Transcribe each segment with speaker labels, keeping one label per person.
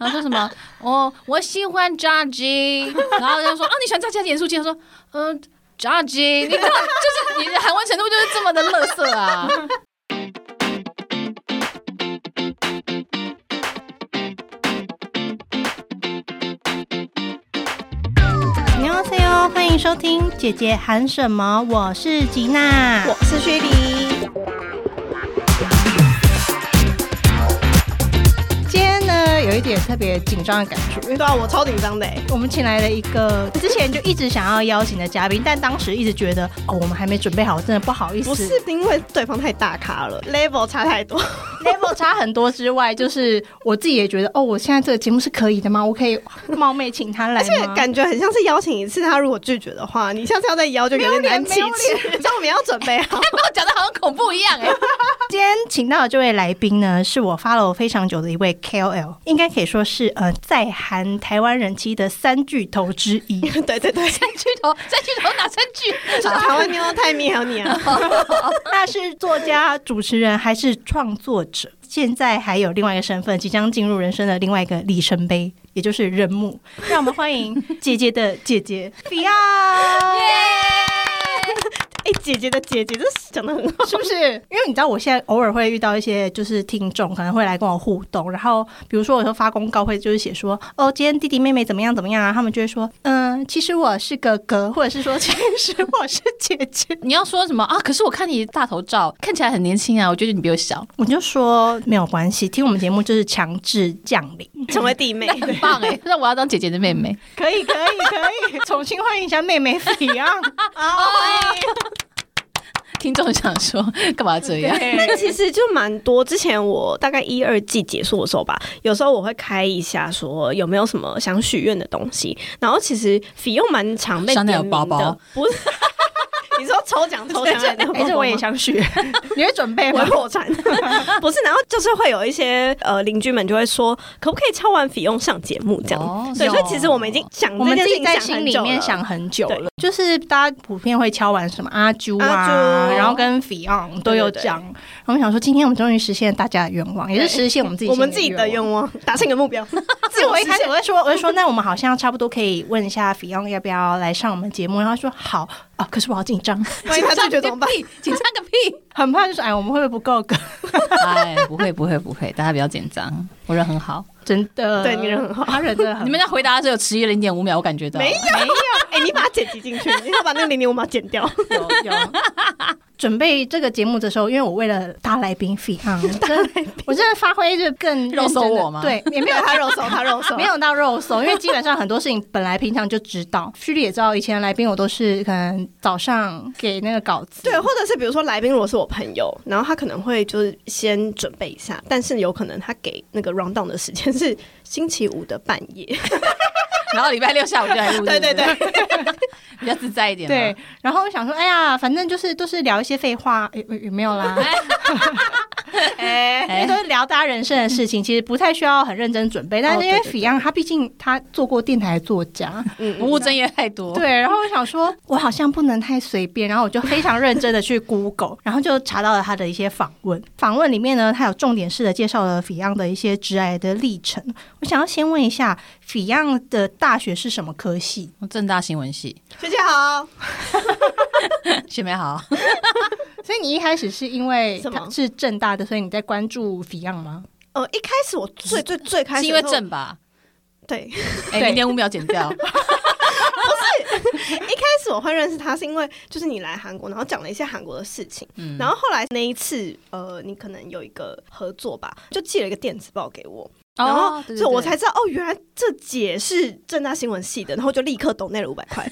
Speaker 1: 然后说什么 哦，我喜欢炸鸡，然后他说啊，你喜欢炸鸡还是盐酥鸡？他说嗯、炸鸡，你看就是你的韩文程度就是这么的乐色啊。
Speaker 2: 你好，C O，欢迎收听《姐姐喊什么》，我是吉娜。
Speaker 3: 我是薛梨。今天呢，有一点特别紧张的感觉。
Speaker 4: 对啊，我超紧张的欸。
Speaker 2: 我们请来了一个之前就一直想要邀请的嘉宾，但当时一直觉得哦，我们还没准备好，真的不好意思。
Speaker 4: 不是因为对方太大咖了，level 差太多。
Speaker 2: level 差很多之外，就是我自己也觉得哦，我现在这个节目是可以的吗？我可以冒昧请他来
Speaker 4: 而且
Speaker 2: 吗？
Speaker 4: 感觉很像是邀请一次，他如果拒绝的话，你下次要再邀就有点难
Speaker 2: 没
Speaker 4: 启
Speaker 2: 有脸
Speaker 4: 齿。这样我们要准备啊好。
Speaker 1: 跟我讲的好像恐怖一样哎、
Speaker 2: 今天请到的这位来宾呢，是我 follow 非常久的一位 KOL，应该可以说是呃在韩台湾人妻的三巨头之一。
Speaker 4: 对对对，
Speaker 1: 三巨头，三巨头哪三 句？
Speaker 4: 就是台湾妞、泰米还有你啊。
Speaker 2: 那是作家、主持人还是创作者？现在还有另外一个身份，即将进入人生的另外一个里程碑，也就是人母。让我们欢迎姐姐的姐姐 比亚，
Speaker 4: 哎，姐姐的姐姐，这讲的很好。
Speaker 2: 是不是？因为你知道，我现在偶尔会遇到一些就是听众可能会来跟我互动，然后比如说我有时候发公告会就是写说，哦，今天弟弟妹妹怎么样怎么样啊，他们就会说，嗯、其实我是哥哥，或者是说 其实我是姐姐，
Speaker 1: 你要说什么啊？可是我看你大头照看起来很年轻啊，我觉得你比我小，
Speaker 2: 我就说没有关系，听我们节目就是强制降临。
Speaker 4: 哦成为弟妹，
Speaker 1: 很 棒哎、那我要当姐姐的妹妹。
Speaker 2: 可以，可以，可以， 重新欢迎一下妹妹菲啊！啊，
Speaker 1: 听众想说干嘛这
Speaker 2: 哎
Speaker 1: 样？
Speaker 4: 但其实就蛮多。之前我大概一二季结束的时候吧，有时候我会开一下，说有没有什么想许愿的东西。然后其实费用蛮常被
Speaker 1: 香
Speaker 4: 点
Speaker 1: 奈儿
Speaker 4: 名
Speaker 1: 包包
Speaker 4: 的，不是？ 你说抽奖抽奖 的那种包包吗，
Speaker 2: 哎，这我也想 学，你会准备
Speaker 4: 我
Speaker 2: 吗
Speaker 4: 会？破产， 不是，然后就是会有一些呃邻居们就会说，可不可以敲完费用上节目这样？
Speaker 1: 哦
Speaker 4: 对，
Speaker 1: 有
Speaker 4: 所以其实我们已经想
Speaker 2: 我
Speaker 4: 这
Speaker 2: 们
Speaker 4: 件
Speaker 2: 自
Speaker 4: 事
Speaker 2: 己
Speaker 4: 情
Speaker 2: 在
Speaker 4: 想
Speaker 2: 心
Speaker 4: 很
Speaker 2: 里
Speaker 4: 久
Speaker 2: 面
Speaker 4: 了
Speaker 2: 想很久了
Speaker 4: 对，
Speaker 2: 就是大家普遍会敲完什么阿啾啊
Speaker 4: 阿，啾
Speaker 2: 然后跟 Fion 都有讲。然后我们想说，今天我们终于实现大家的愿望，也是实现我们自己
Speaker 4: 我们自己的
Speaker 2: 愿望。
Speaker 4: 愿望，达成一个 目标。
Speaker 2: 自我一开始我会说，我会说，那我们好像差不多可以问一下 Fion 要不要来上我们节目，然后他说好啊，可是我好紧张，
Speaker 4: 万一他拒绝怎么办？
Speaker 1: 紧张个 屁？紧张个屁！
Speaker 2: 很怕就是哎，我们会不会不够格？
Speaker 1: 哎，不会不会不会，大家不要紧张，我人很好。
Speaker 2: 真的，
Speaker 4: 对你人很好
Speaker 2: 他人真 的很好。
Speaker 1: 你们在回答的时候有迟疑零点五秒，我感觉到
Speaker 4: 没有，没有，哎、你把它剪辑进去，你要把那个零点五码剪掉。
Speaker 2: 有有。准备这个节目的时候，因为我为了大来宾 f i o 我真的发挥就更
Speaker 1: 肉搜
Speaker 2: 认真的
Speaker 1: 我吗
Speaker 2: 对，也没
Speaker 4: 没
Speaker 2: 有
Speaker 4: 有他肉手，他肉 手
Speaker 2: 没。有到肉搜，因为基本上很多事情本来平常就知道，旭丽也知道，以前来宾我都是可能早上给那个稿子，
Speaker 4: 对，或者是比如说来宾如果是我朋友，然后他可能会就是先准备一下，但是有可能他给那个 round down 的时间是星期五的半夜。
Speaker 1: 然后礼拜六下午就 来录，
Speaker 4: 对对
Speaker 1: 对
Speaker 4: 对
Speaker 1: 不， 比较自在一点。啊
Speaker 2: 对，，然后我想说，哎呀，反正就是都是聊一些废话，也也也没有啦，
Speaker 4: 哎、
Speaker 2: 因为都是聊大家人生的事情，其实不太需要很认真准备。但是因为
Speaker 4: 哦
Speaker 2: f i o 他毕竟他做过电台作家，
Speaker 4: 嗯
Speaker 1: 不务正业太多。
Speaker 2: 对，然后我想说， 我好像不能太随便，然后我就非常认真的去 Google，然后就查到了他的一些访问。访问里面呢，他有重点式的介绍了 Fion 的一些职癌的历程。我想要先问一下，Fion 的大学是什么科系？
Speaker 1: 我正大新闻系，
Speaker 4: 学姐好。
Speaker 1: 学妹好，
Speaker 2: 所以你一开始是因为
Speaker 4: 什么
Speaker 2: 他是正大的，所以你在关注 Fion 吗？
Speaker 4: 呃，一开始我最最最开始
Speaker 1: 是因为
Speaker 4: 的时候
Speaker 1: 正吧？
Speaker 4: 对， 一
Speaker 1: 哎，
Speaker 2: 对
Speaker 1: 零点五秒剪 掉。
Speaker 4: 开始我会认识他是因为就是你来韩国，然后讲了一些韩国的事情，
Speaker 1: 嗯
Speaker 4: 然后后来那一次呃，你可能有一个合作吧，就寄了一个电子报给我，然后
Speaker 1: 哦对对
Speaker 4: 所以我
Speaker 1: 对
Speaker 4: 才知道哦，原来这姐是正大新闻系的，然后就立刻抖内了五百块，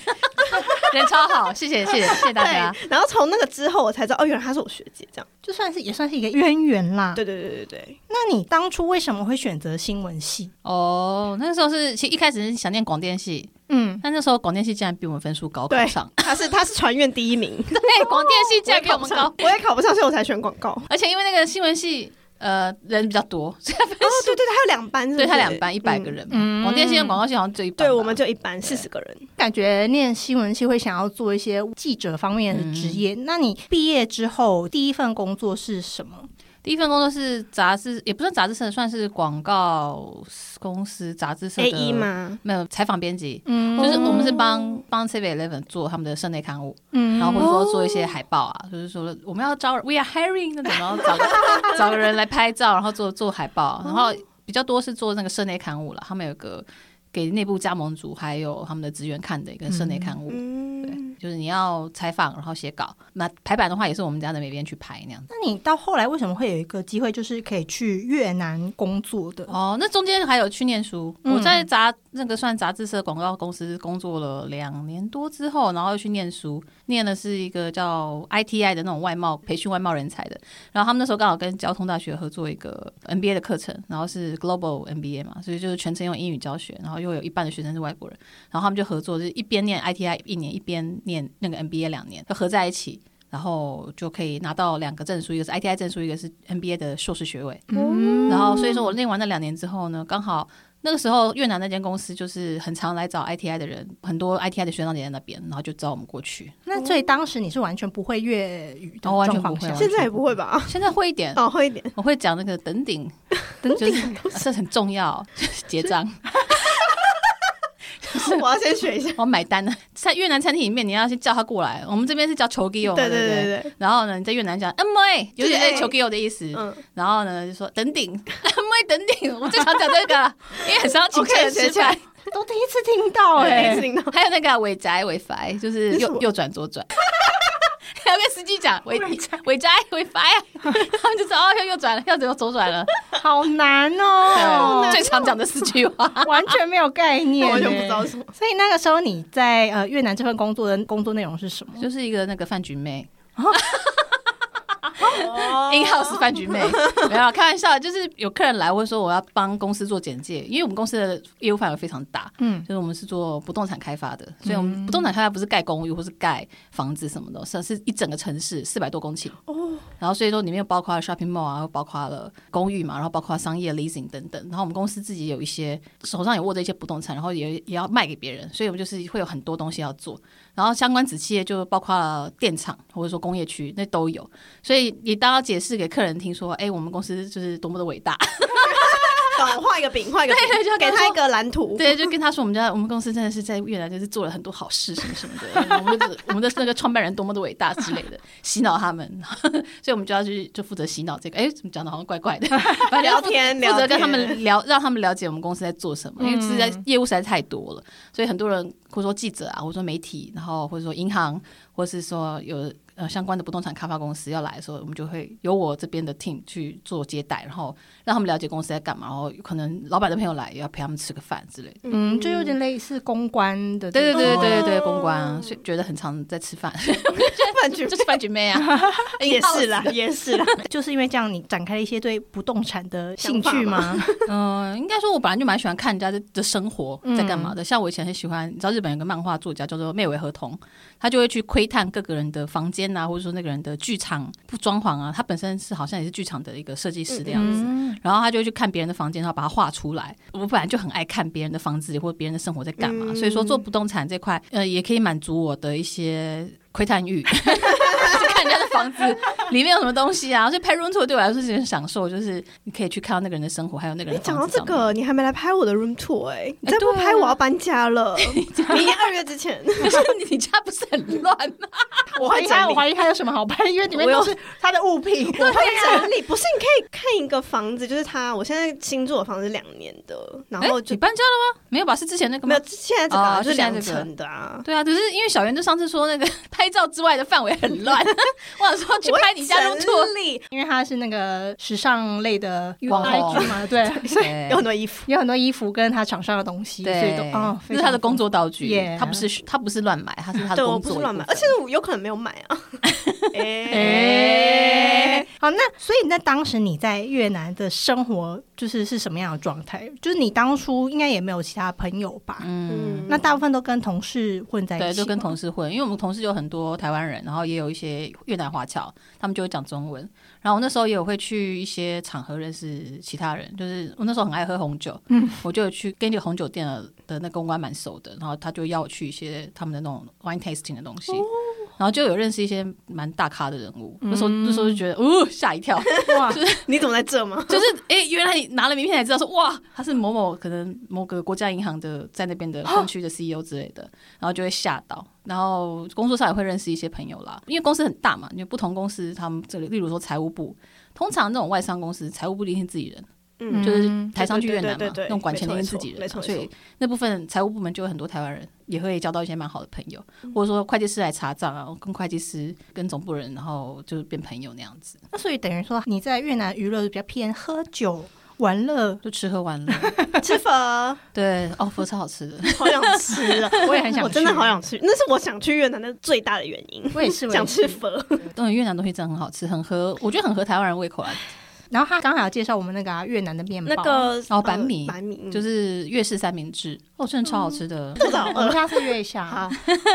Speaker 1: 人超好，谢谢谢谢谢谢 大家。
Speaker 4: 对，然后从那个之后我才知道哦，原来她是我学姐，这样，
Speaker 2: 就算是也算是一个渊源
Speaker 1: 啊
Speaker 2: 啦。
Speaker 4: 对对对对对，
Speaker 2: 那你当初为什么会选择新闻系？
Speaker 1: 哦，那时候是其实一开始是想念广电系，
Speaker 2: 嗯，
Speaker 1: 但那时候广电系竟然比我们分数高，考
Speaker 4: 对
Speaker 1: 不上。
Speaker 4: 她是她是传院第一名，
Speaker 1: 对，广电系
Speaker 4: 我
Speaker 1: 竟
Speaker 4: 也
Speaker 1: 然比
Speaker 4: 考
Speaker 1: 我
Speaker 4: 不
Speaker 1: 们
Speaker 4: 上
Speaker 1: 高，，
Speaker 4: 我也考不上，所以我才选广 告，哦
Speaker 1: 而且因为那个新闻系呃人比较多，所以
Speaker 4: 哦对对对，还有两班是不
Speaker 1: 对
Speaker 4: 是，
Speaker 1: 他两班一百个人嘛，
Speaker 2: 嗯
Speaker 1: 广电系跟广告系好像只有一
Speaker 4: 嗯，
Speaker 1: 半吧。
Speaker 4: 对我们就一班四十个人。
Speaker 2: 感觉念新闻系会想要做一
Speaker 1: 嗯
Speaker 2: 些记者方面的职业。那你毕业之后第一份工作是什么？
Speaker 1: 第第一份工作是杂志，也不算杂志社，算是广告公司杂志社的
Speaker 4: A 一？吗？哦
Speaker 1: 没有，采访编辑。
Speaker 2: 嗯
Speaker 1: 就是我们是帮帮 CV Eleven 做他们的社内刊物，
Speaker 2: 嗯
Speaker 1: 然后或者说做一些海报啊，
Speaker 4: 哦
Speaker 1: 就是说我们要招 We are hiring 那种，然后找个找个 人来拍照，然后做做海
Speaker 4: 哦
Speaker 1: 报，然后比较多是做那个社内刊物了。他们有个给内部加盟组还有他们的职员看的一个社内刊物，
Speaker 4: 嗯，
Speaker 1: 就是你要采访，然后写稿。那排版的话也是我们家的美编去排那样子。
Speaker 2: 那你到后来为什么会有一个机会，就是可以去越南工作的？
Speaker 1: 哦，那中间还有去念书。
Speaker 2: 嗯
Speaker 1: 我在杂那个算杂志社广告公司工作了两年多之后，然后又去念书，念的是一个叫 ITI 的那种外贸培训外贸人才的。然后他们那时候刚好跟交通大学合作一个 MBA 的课程，然后是 Global MBA 嘛，所以就是全程用英语教学，然后又有一半的学生是外国人，然后他们就合作，就是一边念 ITI 一年，一边念那个 MBA 两年，就合在一起。然后就可以拿到两个证书，一个是 ITI 证书，一个是 MBA 的硕士学位。
Speaker 4: 嗯
Speaker 1: 然后所以说我练完那两年之后呢，刚好那个时候越南那间公司就是很常来找 ITI 的人，很多 ITI 的学长姐在那边，然后就找我们过去。
Speaker 2: 那所以当时你是完全不会粤语的
Speaker 1: 哦完
Speaker 2: 状
Speaker 1: 全
Speaker 2: 况
Speaker 1: 不会
Speaker 2: 下
Speaker 1: 完，
Speaker 4: 现在也不 会吧？
Speaker 1: 现在会一点，
Speaker 4: 哦，会 一点。
Speaker 1: 我会讲那个等 顶，等顶、就是、 这很重要，就是结账。
Speaker 4: 我要先学一下。
Speaker 1: 我买单了，啊在越南餐厅里面，你要先叫他过来。我们这边是叫求基友嘛，
Speaker 4: 对
Speaker 1: 对不
Speaker 4: 对对对，
Speaker 1: 然后呢，你在越南讲 “m a”，有点
Speaker 4: 就是
Speaker 1: 在求基友的意思。
Speaker 4: 嗯，
Speaker 1: 然后呢，就说等顶 “m a” 等顶，我最常讲这个了，因为很常请客
Speaker 4: OK，
Speaker 1: 人
Speaker 4: 学
Speaker 1: 吃
Speaker 4: 起来
Speaker 1: 饭。
Speaker 2: 都第一次听到
Speaker 4: 我
Speaker 2: 哎、
Speaker 4: 第 一次听到。
Speaker 1: 还有那个啊尾宅尾宅，就是
Speaker 4: 那是
Speaker 1: 右
Speaker 4: 我
Speaker 1: 右转左转。 还有跟司机讲尾尾宅尾宅， 他们就知道哦要右转了，要左左转了。
Speaker 2: 好难哦、
Speaker 1: 对最常讲的四句话。
Speaker 2: 完全没有概 念、欸
Speaker 4: 我完全不知道是什么。
Speaker 2: 所以那个时候你在呃越南这份工作的工作内容是什么？
Speaker 1: 就是一个那个饭局妹
Speaker 4: 哦
Speaker 1: ，in house 饭局妹，没有啦开玩笑，就是有客人来，我会说我要帮公司做简介，因为我们公司的业务范围非常大，
Speaker 2: 嗯，
Speaker 1: 就是我们是做不动产开发的，所以我们不动产开发不是盖公寓或是盖房子什么的，是是一整个城市四百多公顷。
Speaker 4: 哦，
Speaker 1: 然后所以说里面有包括了 shopping mall 啊，包括了公寓嘛，然后包括商业 leasing 等等。然后我们公司自己有一些手上也握着一些不动产，然后也也要卖给别人，所以我们就是会有很多东西要做。然后相关子企业就包括了电厂或者说工业区那都有。所以你当要解释给客人听说，哎，我们公司就是多么的伟大，
Speaker 4: 懂，画一个饼，画一个饼，
Speaker 1: 对对就
Speaker 4: 给
Speaker 1: 跟他
Speaker 4: 他
Speaker 1: 说
Speaker 4: 一个蓝图。
Speaker 1: 对，就跟他说我们家我们公司真的是在越南就是做了很多好事什么什么的，我们的我们的那个创办人多么的伟大之类的，洗脑他们，所以我们就要去就负责洗脑这个。哎，怎么讲的好像怪 怪的？反正就
Speaker 4: 聊
Speaker 1: 负
Speaker 4: 天，
Speaker 1: 负
Speaker 4: 聊
Speaker 1: 责
Speaker 4: 天
Speaker 1: 跟他们聊，嗯让他们了解我们公司在做什么，因为实在业务实在太多了，所以很多人或者说记者啊，或者说媒体，然后或者说银行，或是说有呃相关的不动产开发公司要来的时候，我们就会由我这边的 team 去做接待，然后让他们了解公司在干嘛，然后可能老板的朋友来也要陪他们吃个饭之类的。
Speaker 2: 嗯，就有点类似公关的，
Speaker 1: 对对对对对对，
Speaker 4: 哦
Speaker 1: 公关啊，所以觉得很常在吃饭，
Speaker 4: 饭 局
Speaker 1: 就是饭局妹 啊，
Speaker 4: 也是啦，也 是啦。
Speaker 2: 就是因为这样，你展开了一些对不动产的兴趣吗？
Speaker 1: 嗯，应该说，我本来就蛮喜欢看人家的的生活在干嘛的。像我以前很喜欢，你知道日本有个漫画作家叫做妹尾和同，他就会去窥探各个人的房间啊，或者说那个人的剧场不装潢啊，他本身是好像也是剧场的一个设计师的样
Speaker 2: 嗯
Speaker 1: 子。然后他就会去看别人的房间，然后把它画出来。我本来就很爱看别人的房子里或者别人的生活在干嘛，
Speaker 4: 嗯
Speaker 1: 所以说做不动产这块，呃，也可以满足我的一些窥探欲。 看人家的房子里面有什么东西啊，所以拍 room tour 对我来说是一种享受，就是你可以去看到那个人的生活，还有那个人
Speaker 4: 你
Speaker 1: 的
Speaker 4: 讲
Speaker 1: 房
Speaker 4: 到
Speaker 1: 子
Speaker 4: 这
Speaker 1: 长
Speaker 4: 个，你还没来拍我的 room tour 哎，你
Speaker 1: 哎啊
Speaker 4: 再不
Speaker 1: 对啊
Speaker 4: 拍我要搬家 了， 明年二月之前。
Speaker 1: 可是你你家不是很乱吗？
Speaker 2: 我怀疑他，我怀疑他有什么好拍，因为里面都是他的物 品。
Speaker 4: 我会整理，不是你可以看一个房子，就是它，我现在新住的房子是两年的，然
Speaker 1: 哎
Speaker 4: 后
Speaker 1: 你
Speaker 4: 就
Speaker 1: 搬家了吗？没有吧？是之前那个
Speaker 4: 没
Speaker 1: 吗
Speaker 4: 有？现在这个啊
Speaker 1: 哦
Speaker 4: 就是
Speaker 1: 现在这
Speaker 4: 两
Speaker 1: 个
Speaker 4: 层的啊。
Speaker 1: 对啊，只是因为小圆就上次说那个 拍照之外的范围很乱， 我想说去
Speaker 4: 我
Speaker 1: 拍你家 room
Speaker 4: 整
Speaker 1: tour，
Speaker 4: 理
Speaker 2: 因为他是那个时尚类的
Speaker 1: 网红
Speaker 2: IG 嘛，对，所以
Speaker 1: 对
Speaker 4: 有很多衣服，
Speaker 2: 有很多衣服跟他厂商的东西，所以都
Speaker 1: 对，
Speaker 2: 哦，
Speaker 1: 那是他的工
Speaker 2: 作。
Speaker 1: 作道具
Speaker 2: Yeah，
Speaker 1: 他不是他不是乱买，他是他
Speaker 4: 对
Speaker 1: 的
Speaker 4: 我
Speaker 1: 工
Speaker 4: 不是
Speaker 1: 作一
Speaker 4: 乱买，
Speaker 1: 部
Speaker 4: 而
Speaker 1: 分
Speaker 4: 且我有可能没有买啊。
Speaker 2: 哎、
Speaker 4: 哎，
Speaker 2: 好，那所以那当时你在越南的生活就是是什么样的状态？就是你当初应该也没有其他朋友吧？
Speaker 1: 嗯。
Speaker 2: 那大部分都跟同事混在一起吗，
Speaker 1: 对，就跟同事混，因为我们同事有很多台湾人，然后也有一些越南华侨，他们就会讲中文。然后我那时候也有会去一些场合认识其他人，就是我那时候很爱喝红酒，嗯，我就有去跟一个红酒店的的那公关蛮熟的，然后他就要我去一些他们的那种 wine tasting 的东西。然后就有认识一些蛮大咖的人物。那时候那时候就觉得，哦，吓一跳，
Speaker 4: 哇，你怎么在这吗？
Speaker 1: 就是诶，原来你拿了名片才知道说，哇，他是某某可能某个国家银行的在那边的分区的 CEO 之类的，然后就会吓到。然后工作上也会认识一些朋友啦，因为公司很大嘛，你就不同公司他们这里，例如说财务部，通常这种外商公司财务部一定是自己人，
Speaker 4: 嗯
Speaker 1: 就是台商去越南
Speaker 4: 对
Speaker 1: 嘛
Speaker 4: 对对对，对
Speaker 1: 那种管钱的一定是自己
Speaker 4: 没
Speaker 1: 人
Speaker 4: 错
Speaker 1: 嘛，
Speaker 4: 没错
Speaker 1: 所
Speaker 4: 没
Speaker 1: 以那部分财务部门就有很多台湾人，也会交到一些蛮好的朋友，或者说会计师来查账啊，跟会计师跟总部人，然后就变朋友那样子，，
Speaker 2: 那所以等于说你在越南娱乐比较偏喝酒玩乐
Speaker 1: 就吃喝玩乐。
Speaker 4: 吃粉，好
Speaker 1: 对，哦，佛超好吃的。
Speaker 4: 想吃啊！
Speaker 2: 我也很想，
Speaker 4: 我真的好。想吃，那是我想去越南的最大的原因，
Speaker 2: 我也是，我也
Speaker 4: 想
Speaker 2: 是
Speaker 4: 吃粉。
Speaker 1: 当嗯然越南东西真的很好吃，很合，我觉得很合台湾人胃口啦。啊
Speaker 2: 然后他刚好有介绍我们那个啊、越南的面包，
Speaker 4: 那个
Speaker 1: 哦板米
Speaker 4: 板米
Speaker 1: 就是是粤式三明治，哦，真的超好吃的。
Speaker 4: 嗯
Speaker 2: 我们下次约一下。
Speaker 4: 好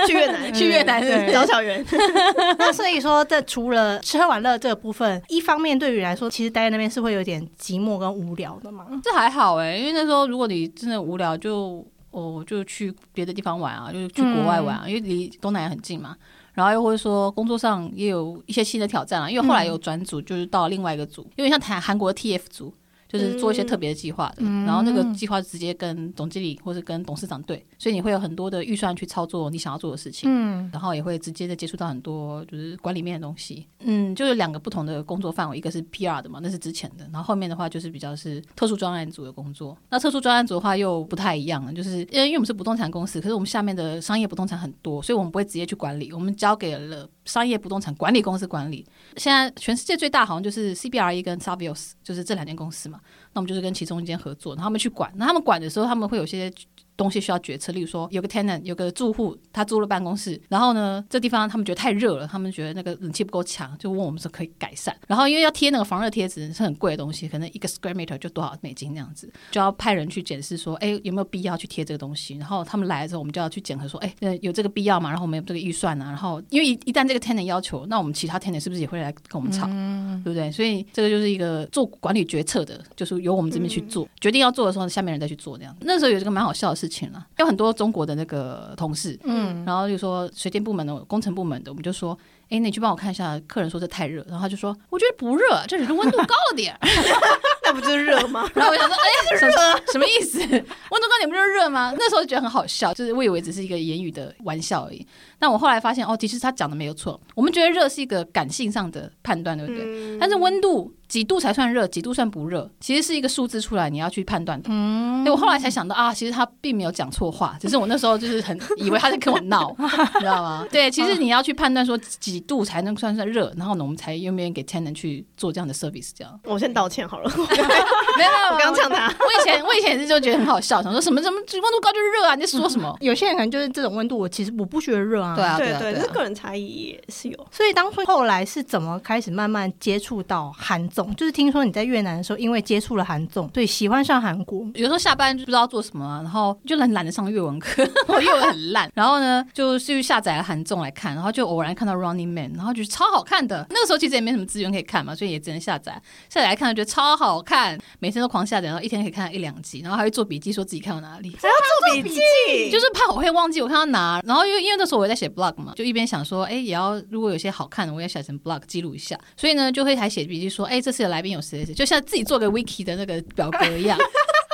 Speaker 4: 去越南，
Speaker 1: 去越南
Speaker 4: 对找小圆，
Speaker 2: 那所以说，这除了吃喝玩乐这个部分，一方面对于来说，其实待在那边是会有点寂寞跟无聊的嘛。
Speaker 1: 这还好哎、因为那时候如果你真的无聊就，哦就去别的地方玩啊，就去国外玩、啊，因为离东南亚很近嘛。然后又或者说工作上也有一些新的挑战啊，因为后来有转组，就是到另外一个组，有点像台韩国的 TF 组，就是做一些特别的计划的。然后那个计划直接跟总经理或是跟董事长对，所以你会有很多的预算去操作你想要做的事情。
Speaker 2: 嗯，？
Speaker 1: 然后也会直接的接触到很多就是管理面的东西。嗯，就是两个不同的工作范围，一个是 PR 的嘛，那是之前的，然后后面的话就是比较是特殊专案组的工作。那特殊专案组的话又不太一样了，就是因为因为我们是不动产公司，可是我们下面的商业不动产很多，所以我们不会直接去管理，我们交给了商业不动产管理公司管理。现在全世界最大好像就是 CBRE E 跟 Savios，就是这两间公司嘛。那我们就是跟其中一间合作，然后他们去管。那他们管的时候，他们会有些东西需要决策，例如说有个 tenant 有个住户他租了办公室，然后呢这地方他们觉得太热了，他们觉得那个冷气不够强，就问我们说可以改善。然后因为要贴那个防热贴纸是很贵的东西，可能一个 square meter 就多少美金那样子，就要派人去检视说，哎有没有必要去贴这个东西。然后他们来的时候，我们就要去检核说，哎呃有这个必要吗？然后我们有这个预算啊。然后因为一一旦这个 tenant 要求，那我们其他 tenant 是不是也会来跟我们吵？对不对？所以这个就是一个做管理决策的，就是由我们这边去做，决定要做的时候，下面人再去做这样。那时候有这个蛮好笑的事情啦，有很多中国的那个同事，嗯，然后就说水电部门的、工程部门的，我们就说，哎，那你去帮我看一下，客人说这太热，然后他就说，我觉得不热，这只是温度高了点。
Speaker 4: 那不就是热吗？
Speaker 1: 然后我想 说，哎，什么什么意思？温度高点不就是热吗？那时候觉得很好笑，就是我以为只是一个言语的玩笑而已。但我后来发现，哦，其实他讲的没有错。我们觉得热是一个感性上的判断，对不对？但是温度几度才算热，几度算不热，其实是一个数字出来，你要去判断的。嗯，我后来才想到啊，其实他并没有讲错话，只是我那时候就是很以为他在跟我 闹，你知道吗？对，其实你要去判断说几度才能算算热，然后呢，我们才愿不愿意给 tenant 去做这样的 service，这样。
Speaker 4: 我先道歉好了，
Speaker 1: 没有，没有
Speaker 4: 我刚呛他，
Speaker 1: 我以前我以 前也是就觉得很好笑，想说什么什么温度高就是热啊，你在说什么
Speaker 2: 有些人可能就是这种温度，我其实我不觉得热啊。
Speaker 1: 对啊，
Speaker 4: 对
Speaker 1: 啊，
Speaker 4: 对，
Speaker 1: 对
Speaker 4: 这
Speaker 1: 啊。
Speaker 4: 个人差异也是有。
Speaker 2: 所以当初后来是怎么开始慢慢接触到韩总？就是听说你在越南的时候，因为接触了韩总，对，喜欢上韩国。
Speaker 1: 有时候下班就不知道做什么啊、然后就很懒得上越文课， 我越文很烂。然后呢，就是去下载了韩综来看，然后就偶然看到《Running Man》，然后觉得超好看的。那个时候其实也没什么资源可以看嘛，所以也只能下载。下载来看，觉得超好看，每天都狂下载，然后一天可以看一两集，然后还会做笔记，说自己看到哪里。
Speaker 4: 还要做笔记，
Speaker 1: 就是怕我会忘记我看到哪，然后因为因为那时候我也在写 blog 嘛，就一边想说，哎、也要如果有些好看的，我也写成 blog 记录一下，所以呢，就会还写笔记说，哎、这次的来宾有谁谁谁，就像自己做个 wiki 的那个表格一 样。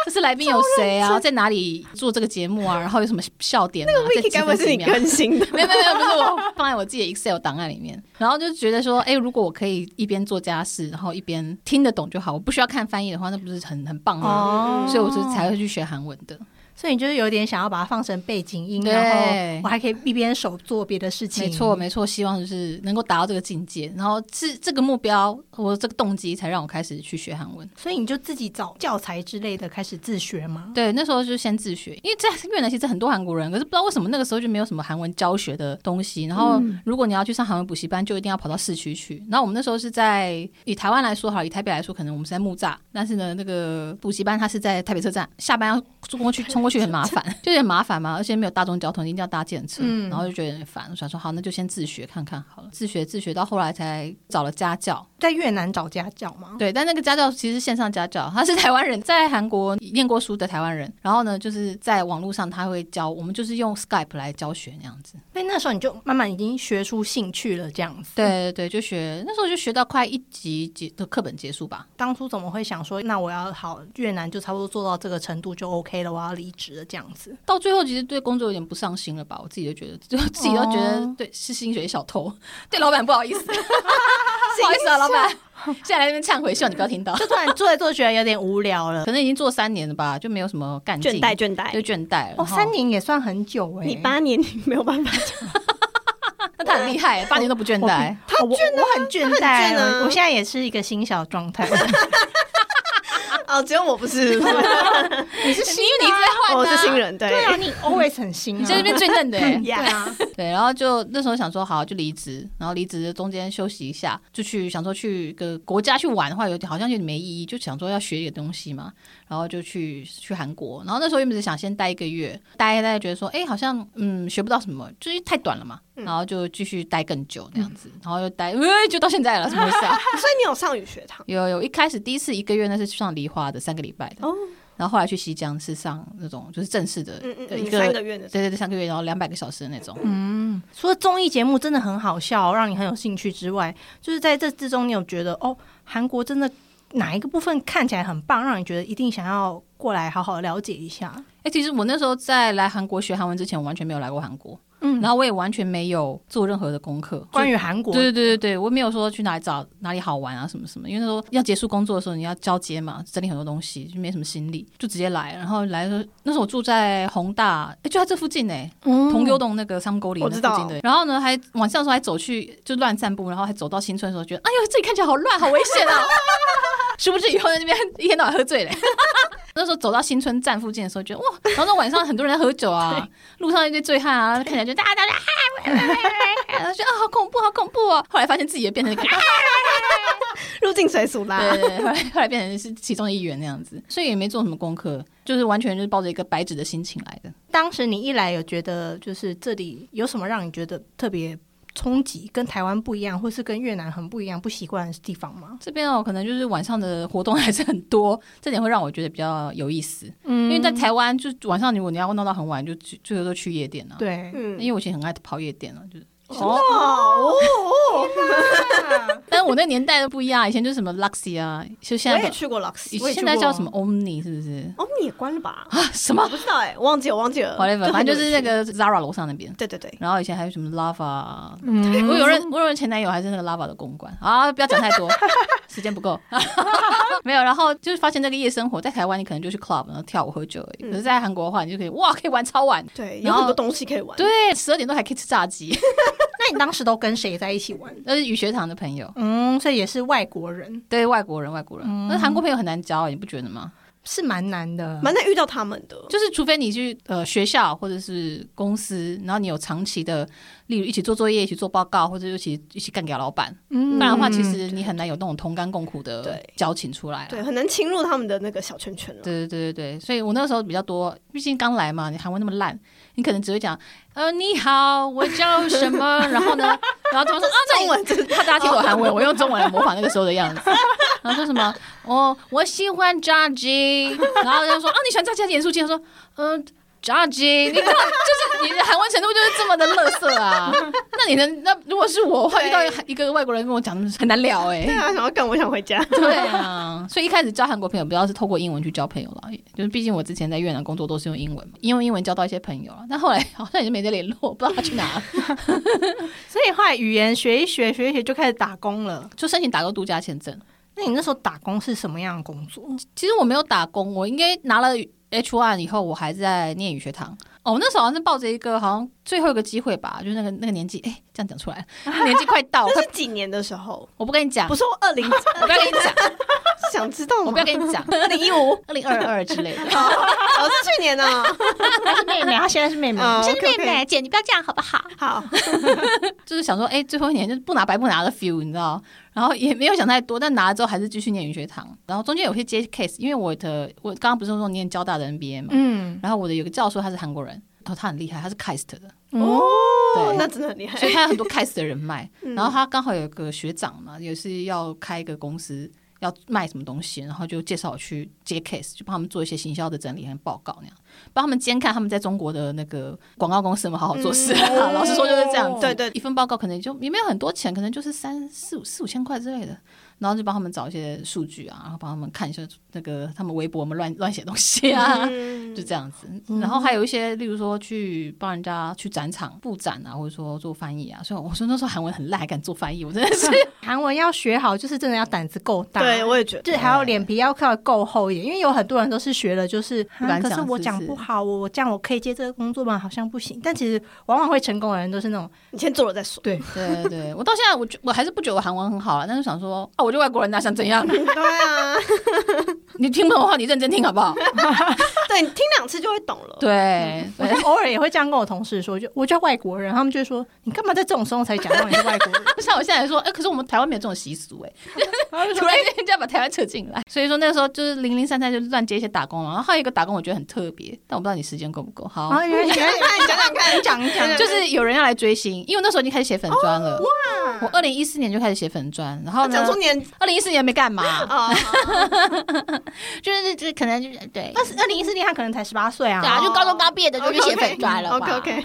Speaker 1: 这次来宾有谁啊？在哪里做这个节目啊？然后有什么笑点、啊？那个
Speaker 4: wiki 该不会是你更新的？
Speaker 1: 没有没有没有，不是我放在我自己的 Excel 档案里面，然后就觉得说，哎、如果我可以一边做家事，然后一边听得懂就好，我不需要看翻译的话，那不是很很棒吗？
Speaker 2: 哦
Speaker 1: 所以我就才会去学韩文的。
Speaker 2: 所以你就是有点想要把它放成背景音，
Speaker 1: 对
Speaker 2: 然后我还可以一边手做别的事情。
Speaker 1: 没错，没错，希望就是能够达到这个境界，然后是这个目标，我这个动机才让我开始去学韩文。
Speaker 2: 所以你就自己找教材之类的开始自学吗？
Speaker 1: 对，那时候就先自学，因为在越南其实很多韩国人，可是不知道为什么那个时候就没有什么韩文教学的东西。然后
Speaker 2: 嗯
Speaker 1: 如果你要去上韩文补习班，就一定要跑到市区去。然后我们那时候是在以台湾来说好，以台北来说，可能我们是在木栅，但是呢，那个补习班它是在台北车站，下班要冲过去，冲过过去很麻烦，就有点麻烦嘛，而且没有大众交通，一定要搭建车，
Speaker 2: 嗯
Speaker 1: 然后就觉得有点烦。我想说，好，那就先自学看看好了。自学自学到后来才找了家教，
Speaker 2: 在越南找家教吗？
Speaker 1: 对，但那个家教其实是线上家教，他是台湾人，在韩国念过书的台湾人。然后呢，就是在网络上他会教我们，就是用 Skype 来教学那样子。
Speaker 2: 所以那时候你就慢慢已经学出兴趣了，这样子。，
Speaker 1: 对对对，就学那时候就学到快一级结的课本结束吧。
Speaker 2: 当初怎么会想说，那我要好越南就差不多做到这个程度就 OK 了，我要离职了这样子？
Speaker 1: 到最后其实对工作有点不上心了吧，我自己就觉得，就自己都觉得、
Speaker 4: 哦
Speaker 1: 对是薪水小偷， 对老板不好意思，不好意思啊，老板， 现在来那边忏悔，希望你不要听到。
Speaker 2: 就突然做来做去觉得有点无聊 了。哦
Speaker 1: 可能已经做三年了吧，就没有什么干劲，
Speaker 4: 倦怠倦怠
Speaker 1: 就。倦怠了。
Speaker 2: 哦，
Speaker 1: 哈
Speaker 2: 三，年也算很久哎、
Speaker 4: 你八年你没有办法
Speaker 1: 那他很厉害，八年都不倦
Speaker 2: 我比
Speaker 1: 怠。
Speaker 2: 他倦、哦我我很倦
Speaker 4: 他
Speaker 2: 怠
Speaker 4: 很倦啊
Speaker 2: 我现在也是一个心小状态。
Speaker 4: 哦，只有我不是，
Speaker 2: 你是新
Speaker 1: 因为你一直在换、啊，
Speaker 4: 哦我是新。人，对，
Speaker 2: 对啊，你 always 很新、啊，
Speaker 1: 你在那边最嫩的、欸
Speaker 2: 对
Speaker 4: 呀，
Speaker 2: 啊，
Speaker 1: 对，然后就那时候想说好就离职，然后离职中间休息一下，就去想说去一个国家去玩的话，有点好像有点没意义，就想说要学一个东西嘛，然后就去去韩国，然后那时候原本是想先待一个月，待一待觉得说哎好像嗯学不到什么，就是太短了嘛，
Speaker 4: 嗯
Speaker 1: 然后就继续待更久那样子，然后又待，呃、就到现在了，什么回事啊？
Speaker 4: 所以你有上语学堂
Speaker 1: 有有，一开始第一次一个月那是上梨花的三个礼拜的，
Speaker 4: 哦，
Speaker 1: 然后后来去西江是上那种就是正式的
Speaker 4: 嗯嗯
Speaker 1: 的一
Speaker 4: 嗯，
Speaker 1: 个
Speaker 4: 三个月的，
Speaker 1: 对对对，三个月，然后两百个小时的那种。
Speaker 2: 嗯，除了综艺节目真的很好笑，让你很有兴趣之外，就是在这之中，你有觉得哦，韩国真的哪一个部分看起来很棒，让你觉得一定想要过来好好了解一下？
Speaker 1: 哎、其实我那时候在来韩国学韩文之前，我完全没有来过韩国，
Speaker 2: 嗯，
Speaker 1: 然后我也完全没有做任何的功课，
Speaker 2: 关
Speaker 1: 于。
Speaker 2: 于韩国，
Speaker 1: 对对对对对，我没有说去哪里找哪里好玩啊什么什么，因为那时候要结束工作的时候，你要交接嘛，整理很多东西，就没什么心力，就直接来。然后来的时候，那时候我住在宏大，哎、就在这附近哎、
Speaker 2: 嗯
Speaker 1: 同幽洞那个山沟里那
Speaker 4: 我知道
Speaker 1: 附近的。然后呢，还晚上的时候还走去就乱散步，然后还走到新村的时候，觉得哎呦这里看起来好乱，好危险啊！殊不知以后在那边一天到晚喝醉嘞。那时候走到新村站附近的时候，觉得哇，然后那晚上很多人在喝酒啊，路上一堆醉汉啊，看起来就大家大家嗨，喂喂喂喂然后觉得啊好恐怖，好恐怖哦。后来发现自己也变成一个
Speaker 4: 入境随俗啦。
Speaker 1: 对对对，后来后来变成是其中的一员那样子，所以也没做什么功课，就是完全就是抱着一个白纸的心情来的。
Speaker 2: 当时你一来有觉得就是这里有什么让你觉得特别冲击，跟台湾不一样，或是跟越南很不一样、不习惯的地方吗？
Speaker 1: 这边哦，可能就是晚上的活动还是很多，这点会让我觉得比较有意思。
Speaker 2: 嗯
Speaker 1: 因为在台湾，就晚上如果你要闹到很晚，就就最后都去夜店了、啊。，
Speaker 2: 对，
Speaker 4: 嗯
Speaker 1: 因，为我以前很爱跑夜店了、啊，就是。
Speaker 4: 哦哦，
Speaker 1: 但我那年代都不一样，以前就是什么 Luxy 啊，就现
Speaker 4: 我
Speaker 1: 在
Speaker 4: 也
Speaker 1: 的
Speaker 4: 去过啊 Lux，
Speaker 1: 以现在叫什么？Omni 是不 是
Speaker 4: 哦，你也关了吧？
Speaker 1: 啊？什么
Speaker 4: 我不知道哎，我忘记我忘记 了
Speaker 1: whatever，反正就是那
Speaker 4: 很久没去
Speaker 1: 个 Zara 楼上那边。
Speaker 4: 对对对，
Speaker 1: 然后以前还有什么 Lava，啊
Speaker 2: 嗯
Speaker 1: 我有人我有人前男友还是那个 Lava 的公关啊，不要讲太 多，时间不够。 没有，然后就是发现那个夜生活在台湾，你可能就去 club 然后跳舞喝酒而已。
Speaker 4: 嗯
Speaker 1: 可是，在韩国的话，你就可以哇，可以玩超晚，
Speaker 4: 对，有
Speaker 1: 然后
Speaker 4: 很多东西可以玩。
Speaker 1: 对，十二点都还可以吃炸鸡。
Speaker 2: 那你当时都跟谁在一起玩？
Speaker 1: 那是语学堂的朋友，
Speaker 2: 嗯，所以也是外国人，
Speaker 1: 对外国人，外国人，那、韩国朋友很难交，你不觉得吗？
Speaker 2: 是蛮难的。
Speaker 4: 蛮难遇到他们的，
Speaker 1: 就是除非你去呃学校或者是公司，然后你有长期的，例如一起做作业、一起做报告，或者一起一起干掉老板，
Speaker 2: 嗯
Speaker 1: 不然的话，其实你很难有那种同甘共苦的
Speaker 4: 对
Speaker 1: 交情出来啊啦。
Speaker 4: 对，很难侵入他们的那个小圈圈了。
Speaker 1: 对对对对对，所以我那时候比较多，毕竟刚来嘛，你韩文那么烂，你可能只会讲呃你好，我叫什么，然后呢，然后他们说啊那你
Speaker 4: 中文真
Speaker 1: 怕大家听我韩文，我用中文来模仿那个时候的样子。然后说什么哦，我喜欢炸鸡，然后他说啊你喜欢炸鸡还是盐酥鸡？他说嗯。炸鸡，你看，就是你的韩文程度就是这么的垃圾啊！那你能，那如果是我的话，遇到一个一个外国人跟我讲，很难聊哎、
Speaker 4: 对啊，想要干，我想回家。
Speaker 1: 对啊，所以一开始交韩国朋友，不要是透过英文去交朋友了，就是毕竟我之前在越南工作都是用英文嘛，因为英文交到一些朋友了，但后来 好像已经没得联络，不知道他去哪了，
Speaker 2: 所以后来语言学一学，学一学就开始打工了。
Speaker 1: 就申请打工度假签证。
Speaker 2: 那你那时候打工是什么样的工作？
Speaker 1: 其实我没有打工，我应该拿了 H one 以后，我还在念语学堂。哦，我那时候好像是抱着一个好像最后一个机会吧，就是那个那个年纪，哎、这样讲出来，那年纪快 到，
Speaker 4: 那
Speaker 1: 快
Speaker 4: 是几年的时候？
Speaker 1: 我不跟你讲，
Speaker 4: 不是我二零，
Speaker 1: 我不要跟你讲，
Speaker 4: 想知道 吗？
Speaker 1: 我不要跟你讲，
Speaker 4: 二零一五，
Speaker 1: 二零二二之类的。
Speaker 4: 哦，是去脸呢、
Speaker 2: 她是 妹妹，她现在是妹妹。
Speaker 4: 哦
Speaker 1: 现在
Speaker 4: OK，OK
Speaker 1: 妹妹，姐，你不要这样好不 好？
Speaker 4: 好，
Speaker 1: 就是想说，哎、最后一年就是不拿白不拿的 feel，你知道？然后也没有想太多，但拿了之后还是继续念语学堂。然后中间有些接 case，因为我的我刚刚不是说念交大的 NBA 嘛，
Speaker 2: 嗯，
Speaker 1: 然后我的有个教授他是韩国人，然后他很厉害，他是 KIST 的，
Speaker 2: 哦，
Speaker 4: 哦
Speaker 1: 对，
Speaker 4: 那真的很厉害嗯
Speaker 1: 所。以他有很多 KIST 的人脉。然后他刚好有个学长嘛，也是要开一个公司。要卖什么东西，然后就介绍我去接 case，就帮他们做一些行销的整理和报告那样，帮他们监看他们在中国的那个广告公司有没有好好做事。啊
Speaker 4: 嗯
Speaker 1: 老实说就是这样子，
Speaker 4: 对对
Speaker 1: 一份报告可能就也没有很多钱，可能就是三四五四五千块之类的，然后就帮他们找一些数据啊，然后帮他们看一下那个他们微博我们乱乱写东西啊，
Speaker 4: 嗯
Speaker 1: 就这样子。然后还有一些，例如说去帮人家去展场布展啊，或者说做翻译啊。所以我说那时候韩文很烂，还敢做翻译，我真的是
Speaker 2: 韩文要学好，就是真的要胆子够大。
Speaker 4: 对，我也觉得。
Speaker 2: 就是还有脸皮要要够厚一点，因为有很多人都是学了，就是
Speaker 1: 不敢
Speaker 2: 啊可
Speaker 1: 讲
Speaker 2: 是我讲
Speaker 1: 是不
Speaker 2: 不
Speaker 1: 是
Speaker 2: 好，我我这样我可以接这个工作吗？好像不行。但其实往往会成功的人都是那 种
Speaker 4: 你先做了 再说。
Speaker 1: 对对对，我到现在我觉我还是不觉得我韩文很好啊，但是想说啊，我就外国人啊，想 怎样？
Speaker 4: 对啊，
Speaker 1: 你听不懂的话，你认真听好不好？
Speaker 4: 对你听两次就会懂了。
Speaker 1: 对，
Speaker 2: 我
Speaker 1: 对
Speaker 2: 就偶尔也会这样跟我同事说，就我叫外国人，他们就会说你干嘛在这种时候才讲到你是外国 人？
Speaker 1: 像我现在说，哎、可是我们台湾没有这种习俗、哎，
Speaker 4: 啊
Speaker 1: 突然间这样把台湾扯进来，所以说那个时候就是零零散散就乱接一些打工嘛。然后还有一个打工我觉得很特别，但我不知道你时间够不够。好，
Speaker 2: 然后原来原来
Speaker 4: 你 讲讲看，
Speaker 2: 讲一讲，
Speaker 1: 就是有人要来追星，因为我那时候已经开始写粉砖了。哇！我二零一四年就开始写粉砖，然后
Speaker 4: 讲
Speaker 1: 呢
Speaker 4: 出， 年
Speaker 1: 二零一四年没干 嘛，
Speaker 4: 啊，
Speaker 1: 就是这可能就是对。
Speaker 2: 二十二零一四年他可能才十八岁啊
Speaker 1: 对，啊，就高中刚毕业的就去写粉砖了吧。
Speaker 4: OK OK，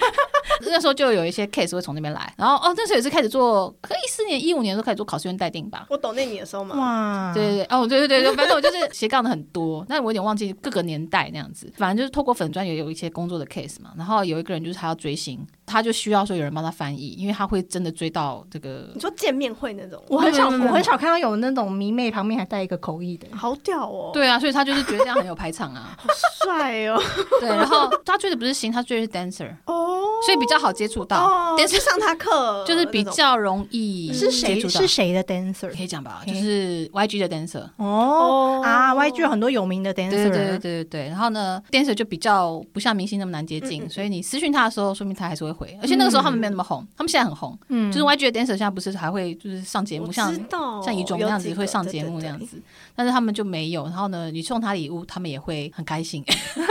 Speaker 1: 那时候就有一些 case 会从那边来，然后哦，那时候也是开始做，可一四年、一五年都开始做考试院待定吧。
Speaker 4: 我懂那你的时候嘛。
Speaker 2: 哇，
Speaker 1: 对对对哦，对对对对，反正我就是斜杠的很多， 但我有点忘记各个年代那样子。反正就是透过粉砖也有一些工作的 case 嘛，然后有一个人就是他要追星，他就需要说有人帮他翻译，因为他会真的追到这个
Speaker 4: 你。说见面会那种，
Speaker 2: 我很少
Speaker 1: 没有没有
Speaker 2: 我很少看到有那种迷妹旁边还带一个口译的，
Speaker 4: 好屌哦，，
Speaker 1: 对啊，所以他就是觉得这样很有排场 啊。
Speaker 4: 好帅哦，
Speaker 1: 对，然后他追的不是星，他追的是 dancer，
Speaker 4: 哦，
Speaker 1: 所以比较好接触到，
Speaker 4: 哦，
Speaker 1: 但
Speaker 4: 去上他课
Speaker 1: 就是比较容易
Speaker 2: 哦
Speaker 1: 接
Speaker 2: 是谁
Speaker 1: 触到
Speaker 2: 是谁的 dancer？
Speaker 1: 可以讲吧，就是 YG 的 dancer。
Speaker 2: 哦
Speaker 4: 哦
Speaker 2: 啊，YG 有很多有名的
Speaker 1: 对
Speaker 2: dancer，啊
Speaker 1: 对对对对，然后呢，dancer 就比较不像明星那么难接近，
Speaker 4: 嗯嗯嗯
Speaker 1: 所以你私讯他的时候，说明他还是会回。而且那个时候他们没有那么红，他们现在很红，
Speaker 2: 嗯哦
Speaker 1: 就是 YG 的 dancer 现在不是还会就是上节目，像像怡
Speaker 4: 一
Speaker 1: 中那样子会上节目那样子，但是他们就没有。然后呢，你送他礼物，他们也会很开心。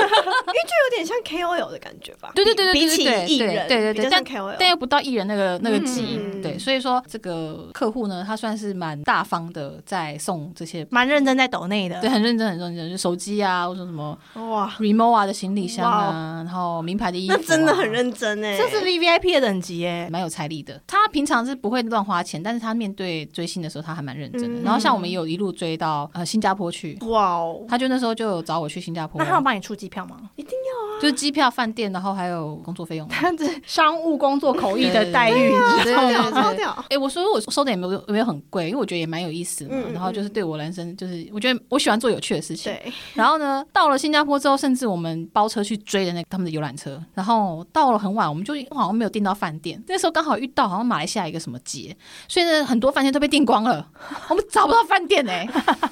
Speaker 4: 有点像 KOL 的感觉吧？
Speaker 1: 对对对对
Speaker 4: 比
Speaker 1: 对
Speaker 4: 比起
Speaker 1: 对
Speaker 4: 艺
Speaker 1: 对
Speaker 4: 人，
Speaker 1: 对对对
Speaker 4: 比较像 KOL，
Speaker 1: 但又不到艺人那个那个级，
Speaker 4: 嗯
Speaker 1: 对，所以说这个客户呢，他算是蛮大方的，在送这些，
Speaker 2: 蛮认真在抖内的，
Speaker 1: 对，很认真很认真，就手机啊，或者什么
Speaker 4: 哇，
Speaker 1: remote 啊的行李箱啊，然后名牌的衣服、啊
Speaker 4: 那真的很。认真哎，
Speaker 2: 这是 V V I P 的等级耶。
Speaker 1: 蛮有财力的，他平常是不会乱花钱，但是他面对追星的时候，他还蛮认真的。
Speaker 4: 嗯
Speaker 1: 然后像我们也有一路追到呃新加坡去，
Speaker 4: 哇哦，
Speaker 1: 他就那时候就有找我去新加坡
Speaker 2: 那，他有帮你出机票吗？
Speaker 4: 一定要
Speaker 1: 就是机票、饭店，然后还有工作费用。
Speaker 2: 他这商务工作口译的待遇，你知
Speaker 1: 对
Speaker 2: 道
Speaker 1: 对
Speaker 2: 吗？
Speaker 1: 对
Speaker 4: 屌，超
Speaker 1: 对对。
Speaker 4: 屌，
Speaker 1: 哎、我说我收的也没有没有很贵，因为我觉得也蛮有意思的嘛。
Speaker 4: 嗯嗯
Speaker 1: 然后就是对我人生，就是我觉得我喜欢做有趣的事情。
Speaker 4: 对，
Speaker 1: 然后呢，到了新加坡之后，甚至我们包车去追的那个他们的游览车，然后到了很晚，我们就好像没有订到饭店。那时候刚好遇到好像马来西亚一个什么节，所以呢很多饭店都被订光了， 我们找不到饭店哎、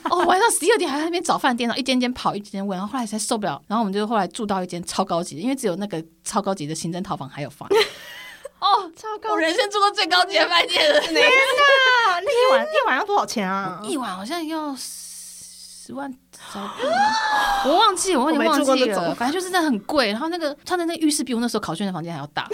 Speaker 1: 哦，晚上十一二点还在那边找饭店，然后一间间跑，一间间问，然后后来才受不了，然后我们就后来住到一间超高级的，因为只有那个超高级的行政套房还有房。哦，
Speaker 4: 超高
Speaker 1: 我人生住过最高级的饭店了，
Speaker 4: 那
Speaker 2: 啊，那一晚 一晚要多少钱啊？
Speaker 1: 一晚好像要十万少点吗，我忘记，我有点
Speaker 4: 我没
Speaker 1: 忘
Speaker 4: 住过
Speaker 1: 记
Speaker 4: 这
Speaker 1: 了，
Speaker 4: 种
Speaker 1: 反正就是真的很贵。然后那个他的那浴室比我那时候考卷的房间还要 大。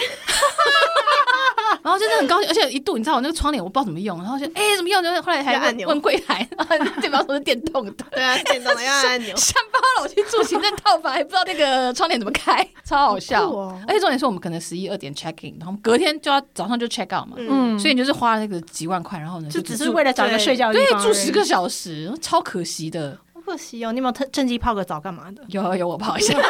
Speaker 1: 然后真的很高兴，而且一度你知道我那个窗帘我不知道怎么用，然后就哎、怎么用？就是后来还
Speaker 4: 要按钮
Speaker 1: 问柜台，然后对方说是电 动的，
Speaker 4: 对啊，电动的要按钮，
Speaker 1: 像包了我去住行政套房，还不知道那个窗帘怎么开，超好笑。
Speaker 4: 好酷哦
Speaker 1: 而且重点是我们可能十一二点 check in，然后我们隔天就要早上就 check out 嘛，
Speaker 4: 嗯，
Speaker 2: 嗯，
Speaker 1: 所以你就是花了那个几万块，然后呢
Speaker 2: 就
Speaker 1: 就
Speaker 2: 只是为了找一个
Speaker 4: 对
Speaker 2: 睡觉的地
Speaker 1: 对
Speaker 2: 方而已，
Speaker 1: 住十个小时，超可惜的。
Speaker 2: 好可惜哦。你有没有特趁机泡个澡干嘛 的？
Speaker 1: 有有有，我泡一下。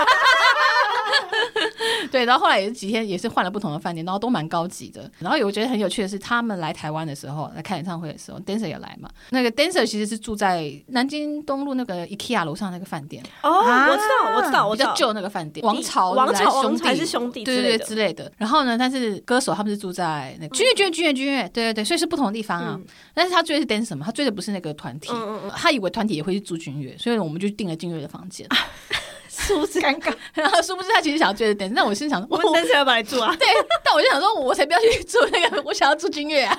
Speaker 1: 对，然后后来也是几天，也是换了不同的饭店，然后都蛮高级的。然后有我觉得很有趣的是，他们来台湾的时候，来看演唱会的时候，dancer 也来嘛。那个 dancer 其实是住在南京东路那个 IKEA 楼上那个饭店，
Speaker 4: 哦，
Speaker 2: 啊
Speaker 4: 我知道，我知道，我
Speaker 1: 比
Speaker 4: 知
Speaker 1: 较
Speaker 4: 道，
Speaker 1: 旧那个饭店，王朝
Speaker 4: 王
Speaker 1: 来
Speaker 4: 朝
Speaker 1: 兄
Speaker 4: 王
Speaker 1: 弟
Speaker 4: 还是兄弟之
Speaker 1: 对
Speaker 4: 类
Speaker 1: 对对
Speaker 4: 的
Speaker 1: 之类的。然后呢，但是歌手他们是住在那个君悦君悦君悦君悦，对对对，所以是不同的地方啊。
Speaker 4: 嗯
Speaker 1: 但是他追的是 dancer 嘛，他追的不是那个团体，
Speaker 4: 嗯嗯嗯
Speaker 1: 他以为团体也会去住君悦，所以我们就订了君悦的房间。 殊不知，
Speaker 2: 尴 尬，
Speaker 1: 然后殊不知他其实想要追的点，但我心想，我
Speaker 4: 我但是要把你住啊，
Speaker 1: 对，但我就想说，我才不要去住那个，我想要住君悦啊，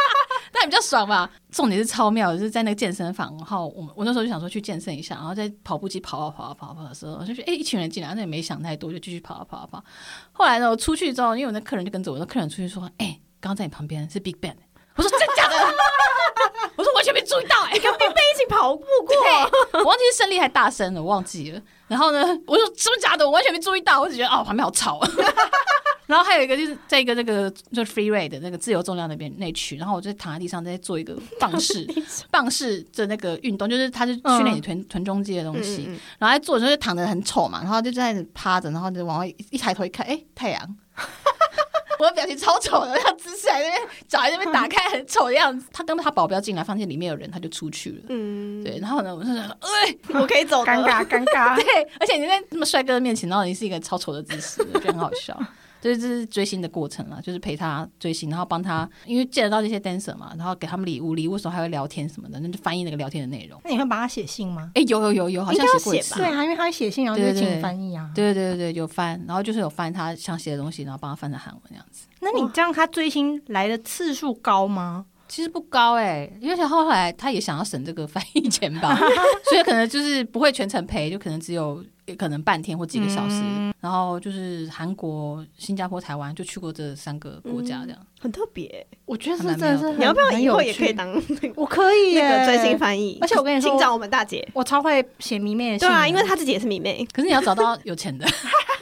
Speaker 1: 那比较爽吧。重点是超妙，就是在那个健身房，然后我们我那时候就想说去健身一下，然后在跑步机跑啊跑啊跑啊跑的时候，我就觉得哎、一群人进来，那也没想太多，就继续跑啊跑啊跑。后来呢，我出去之后，因为我那客人就跟着我，那客人出去说，哎、刚刚在你旁边是 Big Bang，我说真假的， 我说完全没注意到哎、
Speaker 4: 跟冰冰一起跑步过，
Speaker 1: 我忘记是胜利还大声了，我忘记了。然后呢，我说真的假的，我完全没注意到，我只觉得哦旁边好吵 啊。然后还有一个就是在一个那个就 free r a y 的那个自由重量那边那区，然后我就躺在地上在做一个棒 式棒式的那个运动，就是它是训练你臀、臀中肌的东西。然后在做的时候就躺着很丑嘛，然后就在那里趴着，然后就往外一一抬头一看，哎、太阳。 我的表情超丑的，他姿势还在那边脚还在那边打开，很丑的样子。 他跟他保镖进来，发现里面有人，他就出去了。
Speaker 4: 嗯，
Speaker 1: 对，然后呢，我就想说，呃
Speaker 4: 我可以走的
Speaker 2: 尴尬，尴尬。
Speaker 1: 对，而且你在那么帅哥的面前，然后你是一个超丑的姿势，我觉得很好笑。就是这是追星的过程啦，就是陪他追星，然后帮他，因为见得到这些 dancer 嘛，然后给他们礼物，礼物的时候还会聊天什么的，那就翻译那个聊天的内容。
Speaker 2: 那你会帮他写信吗？
Speaker 1: 哎、有有有有，好像
Speaker 4: 应该要
Speaker 1: 过一
Speaker 4: 写
Speaker 1: 次
Speaker 4: 吧。
Speaker 2: 对啊，因为他会写信，然后就
Speaker 1: 对
Speaker 2: 会
Speaker 1: 对
Speaker 2: 请
Speaker 1: 对
Speaker 2: 你翻译啊。
Speaker 1: 对对对对，有翻，然后就是有翻他想写的东西，然后帮他翻成韩文这样子。
Speaker 2: 那你这样他追星来的次数高吗？
Speaker 1: 其实不高哎、因为后来他也想要省这个翻译钱 吧，所以可能就是不会全程陪，就可能只有可能半天或几个小时。
Speaker 2: 嗯
Speaker 1: 然后就是韩国、新加坡、台湾，就去过这三个国
Speaker 2: 嗯
Speaker 1: 家这样。
Speaker 4: 很特别。
Speaker 2: 我觉得这
Speaker 1: 还蛮
Speaker 2: 真的
Speaker 1: 妙的
Speaker 2: 是很
Speaker 4: 你要不要以后也可以？
Speaker 2: 很有趣
Speaker 4: 当那个
Speaker 2: 我可以
Speaker 4: 那个
Speaker 2: 耶
Speaker 4: 追星，翻译？
Speaker 2: 而且我跟你说
Speaker 4: 请找我们大姐。
Speaker 2: 我超会写迷妹的信
Speaker 4: 对
Speaker 2: 的。
Speaker 4: 啊，因为她自己也是 迷妹，
Speaker 1: 可是你要找到有钱的，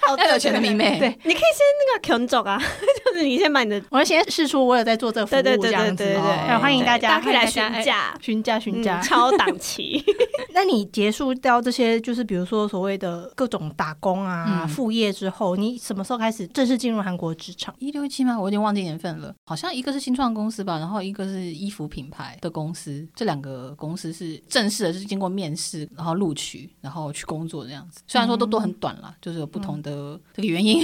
Speaker 4: 哦
Speaker 1: 要有钱的迷。妹。
Speaker 2: 对
Speaker 4: 你可以先那个 k n 走啊， 就是你先把你的
Speaker 2: 我要先试出我有在做这个服务，
Speaker 4: 对对
Speaker 2: 这
Speaker 4: 对对
Speaker 2: 样
Speaker 4: 对
Speaker 2: 子
Speaker 4: 对，
Speaker 1: 哦
Speaker 2: 那欢迎大家
Speaker 4: 大家可以来询
Speaker 2: 欢迎大家
Speaker 4: 价，
Speaker 2: 询价询价
Speaker 4: 嗯。超档期。
Speaker 2: 那你结束掉这些，就是比如说所谓的各种打工啊、
Speaker 1: 嗯
Speaker 2: 副业之后，你什么时候开始正式进入韩国职场？
Speaker 1: 一六一七吗？我有点忘记年份了，好像一个是新创公司吧，然后一个是衣服品牌的公司，这两个公司是正式的，就是经过面试，然后录取，然后去工作这样子。虽然说都都很短啦，就是有不同的这个原因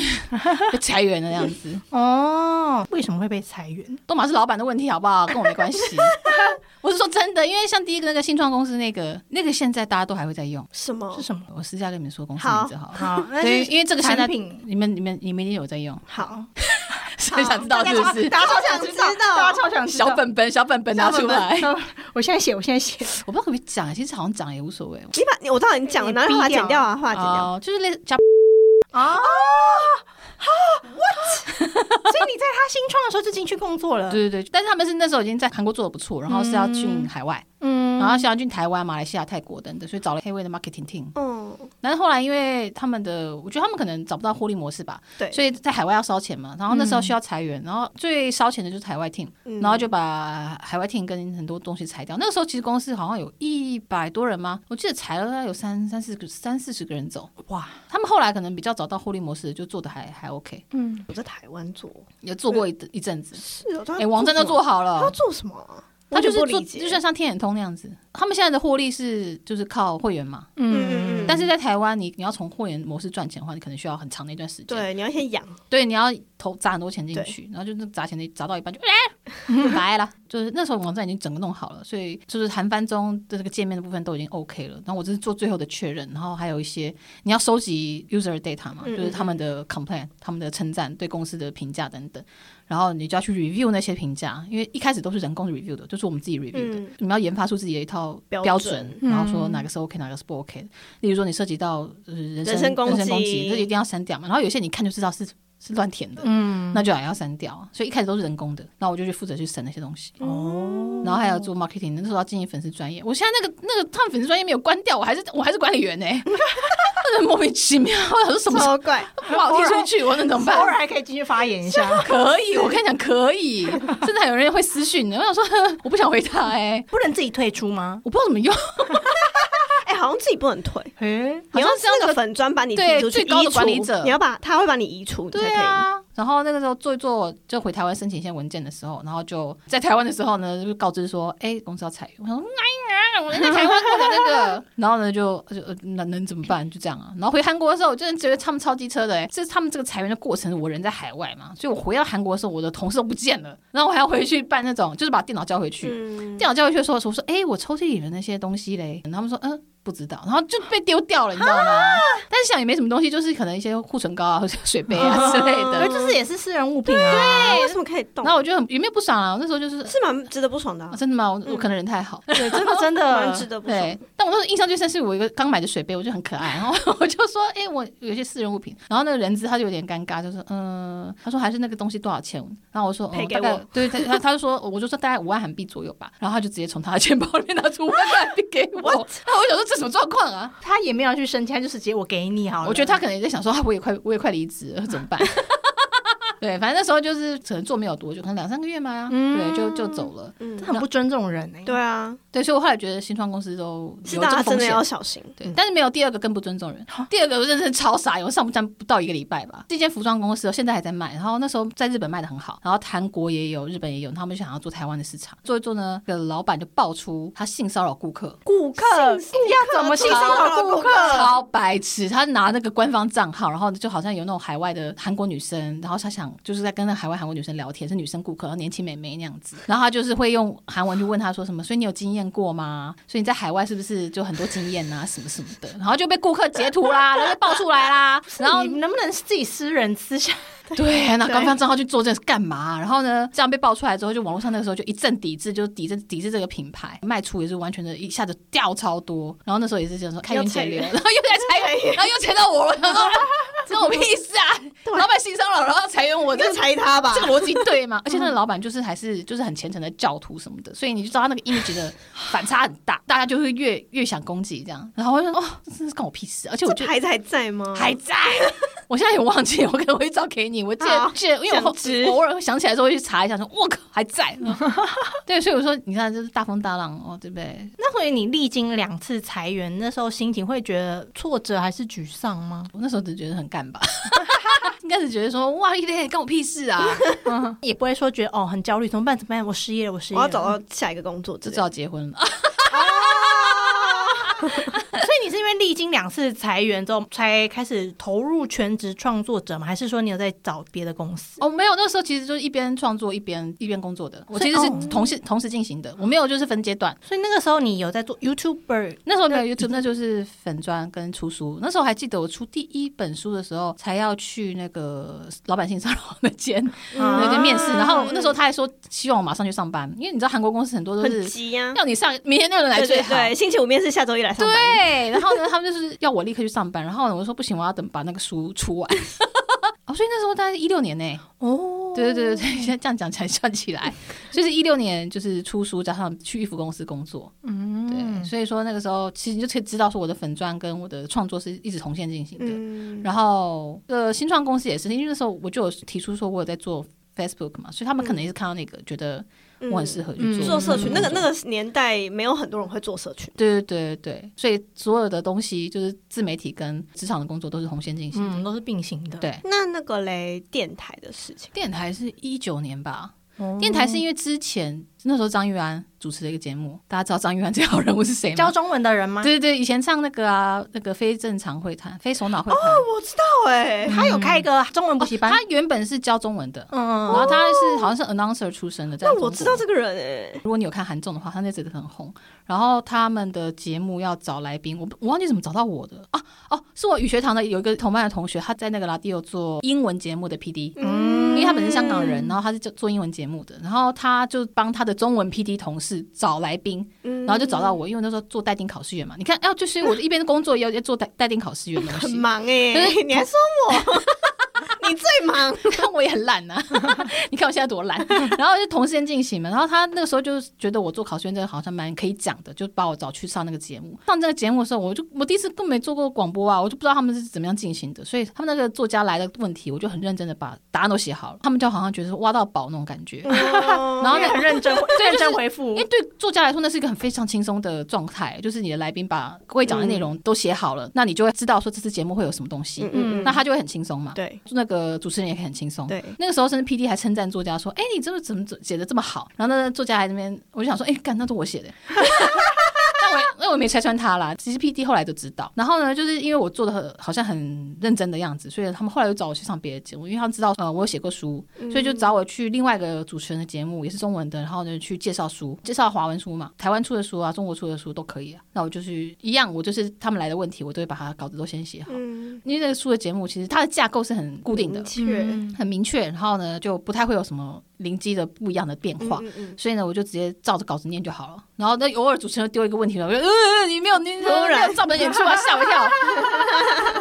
Speaker 1: 被裁员的样
Speaker 2: 嗯
Speaker 1: 子。
Speaker 2: 哦，为什么会被裁员？
Speaker 1: 都马是老板的问题，好不好？跟我没关系。我是说真的，因为像第一个那个新创公司那个，那个现在大家都还会在用。
Speaker 4: 什么
Speaker 2: 是？什么？
Speaker 1: 我私下跟你们说公司
Speaker 4: 好
Speaker 1: 名字好了。
Speaker 2: 好，
Speaker 4: 哦
Speaker 2: 那
Speaker 1: 对，
Speaker 2: 是
Speaker 1: 因为这个现在
Speaker 2: 产品
Speaker 1: 你们、你们、你们一定有在用，
Speaker 2: 好，
Speaker 1: 所以想知道是不是？
Speaker 2: 大家超想知道，大家超想知道。
Speaker 1: 小本本、小本本拿出来，
Speaker 2: 小本本，我现在写，我现在写。
Speaker 1: 我不知道可不可以讲，其实好像讲也无所谓。
Speaker 4: 你把你我知道你讲了，然后把它剪掉啊，把它剪掉。
Speaker 1: 哦，就是类似讲，
Speaker 2: 哦，啊，what？所以你在他新创的时候就进去工作
Speaker 4: 嗯
Speaker 2: 了？
Speaker 1: 对对对，但是他们是那时候已经在韩国做的不错，然后是要去海外，
Speaker 2: 嗯
Speaker 1: 然后想要去台湾、马来西亚、泰国等等，所以找了黑位的 marketing team。
Speaker 4: 嗯，
Speaker 1: 但是后来因为他们的，我觉得他们可能找不到获利模式吧，
Speaker 4: 对
Speaker 1: 所以在海外要烧钱嘛，然后那时候需要裁员，然后最烧钱的就是海外 team，
Speaker 4: 嗯
Speaker 1: 然后就把海外 team 跟很多东西裁掉。那个时候其实公司好像有一百多人吗？我记得裁了大概有三三四个三四十个人走。
Speaker 2: 哇，
Speaker 1: 他们后来可能比较找到获利模式，就做的还还 OK，
Speaker 2: 嗯，
Speaker 4: 我在台湾做，
Speaker 1: 也做过一一阵子。
Speaker 4: 是哦，
Speaker 1: 哎、
Speaker 4: 哎
Speaker 1: 网站都做好
Speaker 4: 他
Speaker 1: 了，
Speaker 4: 做什么啊？
Speaker 1: 他就是
Speaker 4: 我
Speaker 1: 做
Speaker 4: 很不理解
Speaker 1: 就像像天眼通那样子。他们现在的获利是就是靠会员嘛，
Speaker 4: 嗯嗯嗯
Speaker 1: 但是在台湾你你要从会员模式赚钱的话，你可能需要很长的一段时间。
Speaker 4: 对，你要先养，
Speaker 1: 对，你要投砸很多钱进去，然后就那砸钱的砸到一半就哎来了，就是那时候网站已经整个弄好了，所以就是韩翻中的这个界面的部分都已经 OK 了。然后我只是做最后的确认，然后还有一些你要收集 user data 嘛，
Speaker 4: 嗯
Speaker 1: 就是他们的 complaint、他们的称赞、对公司的评价等等，然后你就要去 review 那些评价，因为一开始都是人工 review 的，就是我们自己 review 的。
Speaker 4: 嗯
Speaker 1: 你们要研发出自己的一套
Speaker 4: 标
Speaker 1: 标
Speaker 4: 准
Speaker 1: 准，然后说哪个是 OK，哪个是不 OK 的。例如说你涉及到呃人身
Speaker 4: 人身攻
Speaker 1: 攻
Speaker 4: 击
Speaker 1: 击，这一定要删掉嘛。然后有些你看就知道是是乱填的，嗯，那就也要删掉啊。所以一开始都是人工的，然后我就去负责去审那些东西。
Speaker 2: 哦，
Speaker 1: 然后还有做 marketing，那时候要经营粉丝专业。我现在那个那个他们粉丝专业没有关掉，我还是我还是管理员呢、 欸，真的莫名其妙。我想说什么 时候
Speaker 4: 超怪。
Speaker 1: 把我踢出去，我能怎么办
Speaker 2: 偶？尔还可以进去发言一下。
Speaker 1: 可以，我跟你讲可以，甚至还有人会私讯的。我想说， 呵我不想回他哎、
Speaker 2: 不能自己退出吗？
Speaker 1: 我不知道怎么用。
Speaker 4: 哎，好像自己不能退，
Speaker 2: 诶，
Speaker 1: 好
Speaker 4: 你
Speaker 1: 像
Speaker 4: 要
Speaker 1: 是那个
Speaker 4: 那个粉砖把你踢出去，
Speaker 1: 对最高的
Speaker 4: 移除
Speaker 1: 管理者
Speaker 4: 你要把他会把你移除，你才
Speaker 1: 对
Speaker 4: 可以。
Speaker 1: 啊，然后那个时候做一做，就回台湾申请一些文件的时候，然后就在台湾的时候呢，就告知说，哎、公司要裁员。我想说，哪哪，啊我在台湾过的那个， 然后呢就就呃那能怎么办？就这样啊。然后回韩国的时候，我真的觉得他们超机车的、欸，是他们这个裁员的过程，我人在海外嘛，所以我回到韩国的时候，我的同事都不见了，然后我还要回去办那种，就是把电脑交回去。
Speaker 4: 嗯，
Speaker 1: 电脑交回去的时候，我说：“哎、我抽屉里的那些东西嘞。”然后他们说：“嗯，不知道。”然后就被丢掉了，你知道吗？但是想也没什么东西，就是可能一些护唇膏啊、或者水杯啊之类
Speaker 2: 可
Speaker 1: 的
Speaker 2: 是。就是也是私人物品啊。
Speaker 4: 哎，为什么可以动
Speaker 1: 然？后我就很也没有不爽啊，我那时候就是、
Speaker 4: 是蛮值得不爽的啊
Speaker 1: 啊，真的吗？我
Speaker 4: 嗯
Speaker 1: 我可能人太好。
Speaker 2: 对，真的真
Speaker 4: 蛮
Speaker 2: 的
Speaker 4: 值，得不爽
Speaker 1: 对，但我那时候印象最深是我一个刚买的水杯，我就很可爱，然后 我就说，哎、我有些私人物品，然后那个人资他就有点尴尬，就说，嗯、他说还是那个东西多少钱？然后我说，哦、
Speaker 4: 赔给
Speaker 1: 大概
Speaker 4: 我，
Speaker 1: 对，他他他就说，我就说大概五万韩币左右吧，然后他就直接从他的钱包里面拿出五万韩币给我，然后我想说这什么状况啊？
Speaker 2: 他也没有要去申请，他就是直接我给你好了。
Speaker 1: 我觉得他可能也在想说，啊我也快我也快离职了，怎么办？ 对，反正那时候就是可能做没有多久，可能两三个月嘛，
Speaker 4: 嗯
Speaker 1: 对，就就走了。
Speaker 4: 嗯
Speaker 2: 这，很不尊重人哎、
Speaker 4: 对啊，
Speaker 1: 对，所以我后来觉得新创公司都
Speaker 4: 是
Speaker 1: 有这
Speaker 4: 大
Speaker 1: 个
Speaker 4: 家真
Speaker 1: 风
Speaker 4: 的
Speaker 1: 险
Speaker 4: 要。小心。
Speaker 1: 对，但是没有第二个更不尊重人。第二个我认真超傻眼，我上不站不到一个礼拜吧。这间服装公司哦现在还在卖，然后那时候在日本卖的很好，然后韩国也有，日本也有，他们就想要做台湾的市场，做一做呢，这个老板就爆出他性骚扰顾客，
Speaker 2: 顾客要 怎么性骚扰顾客？
Speaker 1: 啊超白痴，他拿那个官方账号，然后就好像有那种海外的韩国女生，然后他想就是在跟那海外韩国女生聊天，是女生顾客，然后年轻美眉那样子，然后他就是会用韩文去问他说什么，所以你有经验过吗？所以你在海外是不是就很多经验啊，什么什么的，然后就被顾客截图啦，然后被爆出来啦，然
Speaker 2: 然
Speaker 1: 后
Speaker 2: 后能不能自己私人私下？
Speaker 1: 对，那官方账号去做这是干嘛？然后呢，这样被爆出来之后，就网络上那个时候就一阵抵制，就抵制抵制这个品牌，卖出也是完全的一下子掉超多。然后那时候也是这样说开源节流，
Speaker 4: 又裁
Speaker 1: 然后又在裁员，然 后又裁到我，我想说关我屁事啊！老板性骚扰，然后裁员我，这
Speaker 4: 就裁他吧
Speaker 1: 这个逻辑对 吗？而且那个老板就是还是就是很虔诚的教徒什么的，所以你就知道他那个 image 的反差很大，大家就会越越想攻击这样。然后我就说哦，这是关我屁事，而且我觉
Speaker 4: 这
Speaker 1: 得。
Speaker 4: 牌子还在吗？
Speaker 1: 还啊在。 我现在也忘记，我可能会照给你。我记得
Speaker 4: 好，
Speaker 1: 记得，因为我
Speaker 4: 想知
Speaker 1: 我偶尔会想起来的时候会去查一下，说我靠还 在。对，所以我说，你看，就是大风大浪哦，对不对？
Speaker 2: 那所以你历经两次裁员，那时候心情会觉得挫折还是沮丧吗？
Speaker 1: 我那时候只觉得很干 吧，应该是觉得说，哇，一天干我屁事啊，
Speaker 2: 也不会说觉得哦很焦虑，怎么办？怎么办？我失业了，我失业
Speaker 4: 我
Speaker 2: 了。
Speaker 4: 要找到下一个工作
Speaker 1: 就
Speaker 4: 之类
Speaker 1: 只
Speaker 4: 的，
Speaker 1: 好结婚 了。
Speaker 2: 所以你是因为历经两次裁员之后才开始投入全职创作者吗？还是说你有在找别的公司？
Speaker 1: 哦，没有，那时候其实就是一边创作一边一边工作的，我其实是
Speaker 4: 哦
Speaker 1: 同时同时进行的，我没有就是分阶段。
Speaker 2: 所以那个时候你有在做 YouTuber，
Speaker 1: 那时候没有
Speaker 4: 嗯
Speaker 1: YouTube，那就是粉砖跟出书。那时候还记得我出第一本书的时候，才要去那个老百姓骚扰那间
Speaker 2: 啊
Speaker 4: 嗯
Speaker 1: 有点面试，然后那时候他还说希望我马上去上班，因为你知道韩国公司很多都
Speaker 4: 很
Speaker 1: 是
Speaker 4: 急呀。
Speaker 1: 要你上明天那个人来
Speaker 4: 对
Speaker 1: 最
Speaker 4: 对
Speaker 1: 好。
Speaker 4: 对，星期五面试，下周一来上班。
Speaker 1: 对，然后呢，他们就是要我立刻去上班，然后呢，我说不行，我要等把那个书出完。 哦，所以那时候大概一六年呢、
Speaker 2: 哦，
Speaker 1: 对对对对， 现在这样讲才算起来，就是一六年就是出书，加上去衣服公司工作，嗯，对，所以说那个时候其实你就可以知道说我的粉砖跟我的创作是一直同线进行的，
Speaker 4: 嗯，
Speaker 1: 然后呃新创公司也是，因为那时候我就有提出说我有在做 Facebook 嘛，所以他们
Speaker 4: 嗯
Speaker 1: 可能也是看到那个、觉得我很适合去
Speaker 2: 嗯
Speaker 1: 做、
Speaker 4: 做社群，
Speaker 2: 嗯
Speaker 4: 那个那个年代没有很多人会做社群。
Speaker 1: 对对对对，所以所有的东西就是自媒体跟职场的工作都是同线进行的，
Speaker 2: 嗯，都是并行的。
Speaker 1: 对
Speaker 4: 那那个嘞，电台的事情，
Speaker 1: 电台是一九年吧，
Speaker 2: 哦，
Speaker 1: 电台是因为之前那时候张玉安主持的一个节目，大家知道张玉安这号人物是谁
Speaker 2: 教
Speaker 1: 吗？
Speaker 2: 中文的人吗？
Speaker 1: 对对对，以前上那个啊，那个非正常会谈、非首脑会谈，
Speaker 4: 哦我知道哎，
Speaker 2: 他有开一个中文补习班，
Speaker 1: 哦他哦原本是教中文的，然
Speaker 2: 嗯，
Speaker 1: 后他是好像是 announcer 出身的。在
Speaker 4: 哦那
Speaker 1: 中
Speaker 4: 我
Speaker 1: 国
Speaker 4: 知道这个人哎，
Speaker 1: 如果你有看韩综的话，他那阵子很红。然后他们的节目要找来宾，我不我忘记怎么找到我的啊哦，是我语学堂的有一个同班的同学，他在那个拉迪有做英文节目的 PD，
Speaker 4: 嗯，
Speaker 1: 因为他本身香港人，然后他是做做英文节目的，然后他就帮他的中文 PD 同事找来宾，
Speaker 4: 嗯
Speaker 1: 然后就找到我，因为那时候做待定考试员嘛，你看，啊，就是我一边工作也有在做待待定考试员的东
Speaker 4: 很
Speaker 1: 西。
Speaker 4: 忙哎
Speaker 1: 可是，
Speaker 4: 你还说我，你最忙，
Speaker 1: 看我也很懒呐、 你看我现在多 懒。然后就同时间进行嘛，然后他那个时候就是觉得我做考试院这个好像蛮可以讲的，就把我找去上那个节目。上这个节目的时候，我就我第一次更没做过广播啊，我就不知道他们是怎么样进行的，所以他们那个作家来的问题，我就很认真的把答案都写好了，他们就好像觉得是挖到宝那种感觉。
Speaker 4: 然
Speaker 1: 然后
Speaker 2: 因为
Speaker 1: 那
Speaker 2: 很认 真，认真回复
Speaker 1: 因为。对作家来说，那是一个很非常轻松的状态，就是你的来宾把会讲的内容都写好了，那你就会知道说这次节目会有什么东西，
Speaker 4: 嗯嗯嗯
Speaker 1: 那他就会很轻松嘛。
Speaker 4: 对，
Speaker 1: 那个个主持人也可以很轻松。
Speaker 4: 对，
Speaker 1: 那个时候甚至 P D 还称赞作家说：“哎、你这个怎么写的这么好？”然后那作家还在那边，我就想说：“哎、干，那是我写的。” 但我也那我也没拆穿他啦。其实 P D 后来就知道，然后呢，就是因为我做的很好像很认真的样子，所以他们后来又找我去上别的节目，因为他们知道呃我有写过书，
Speaker 4: 嗯
Speaker 1: 所以就找我去另外一个主持人的节目，也是中文的，然后呢去介绍书，介绍华文书嘛，台湾出的书啊，中国出的书都可以啊。那我就是一样，我就是他们来的问题，我都会把它稿子都先写好，
Speaker 4: 嗯，
Speaker 1: 因为那个书的节目其实它的架构是很固定的
Speaker 4: 明，确，
Speaker 1: 很明确，然后呢就不太会有什么灵机的不一样的变化。
Speaker 4: 嗯嗯
Speaker 1: 所以呢，我就直接照着稿子念就好了。然后那偶尔主持人丢一个问题了，我就呃，你没有，你你没
Speaker 4: 突然
Speaker 1: 有照本演出啊，吓我一 跳。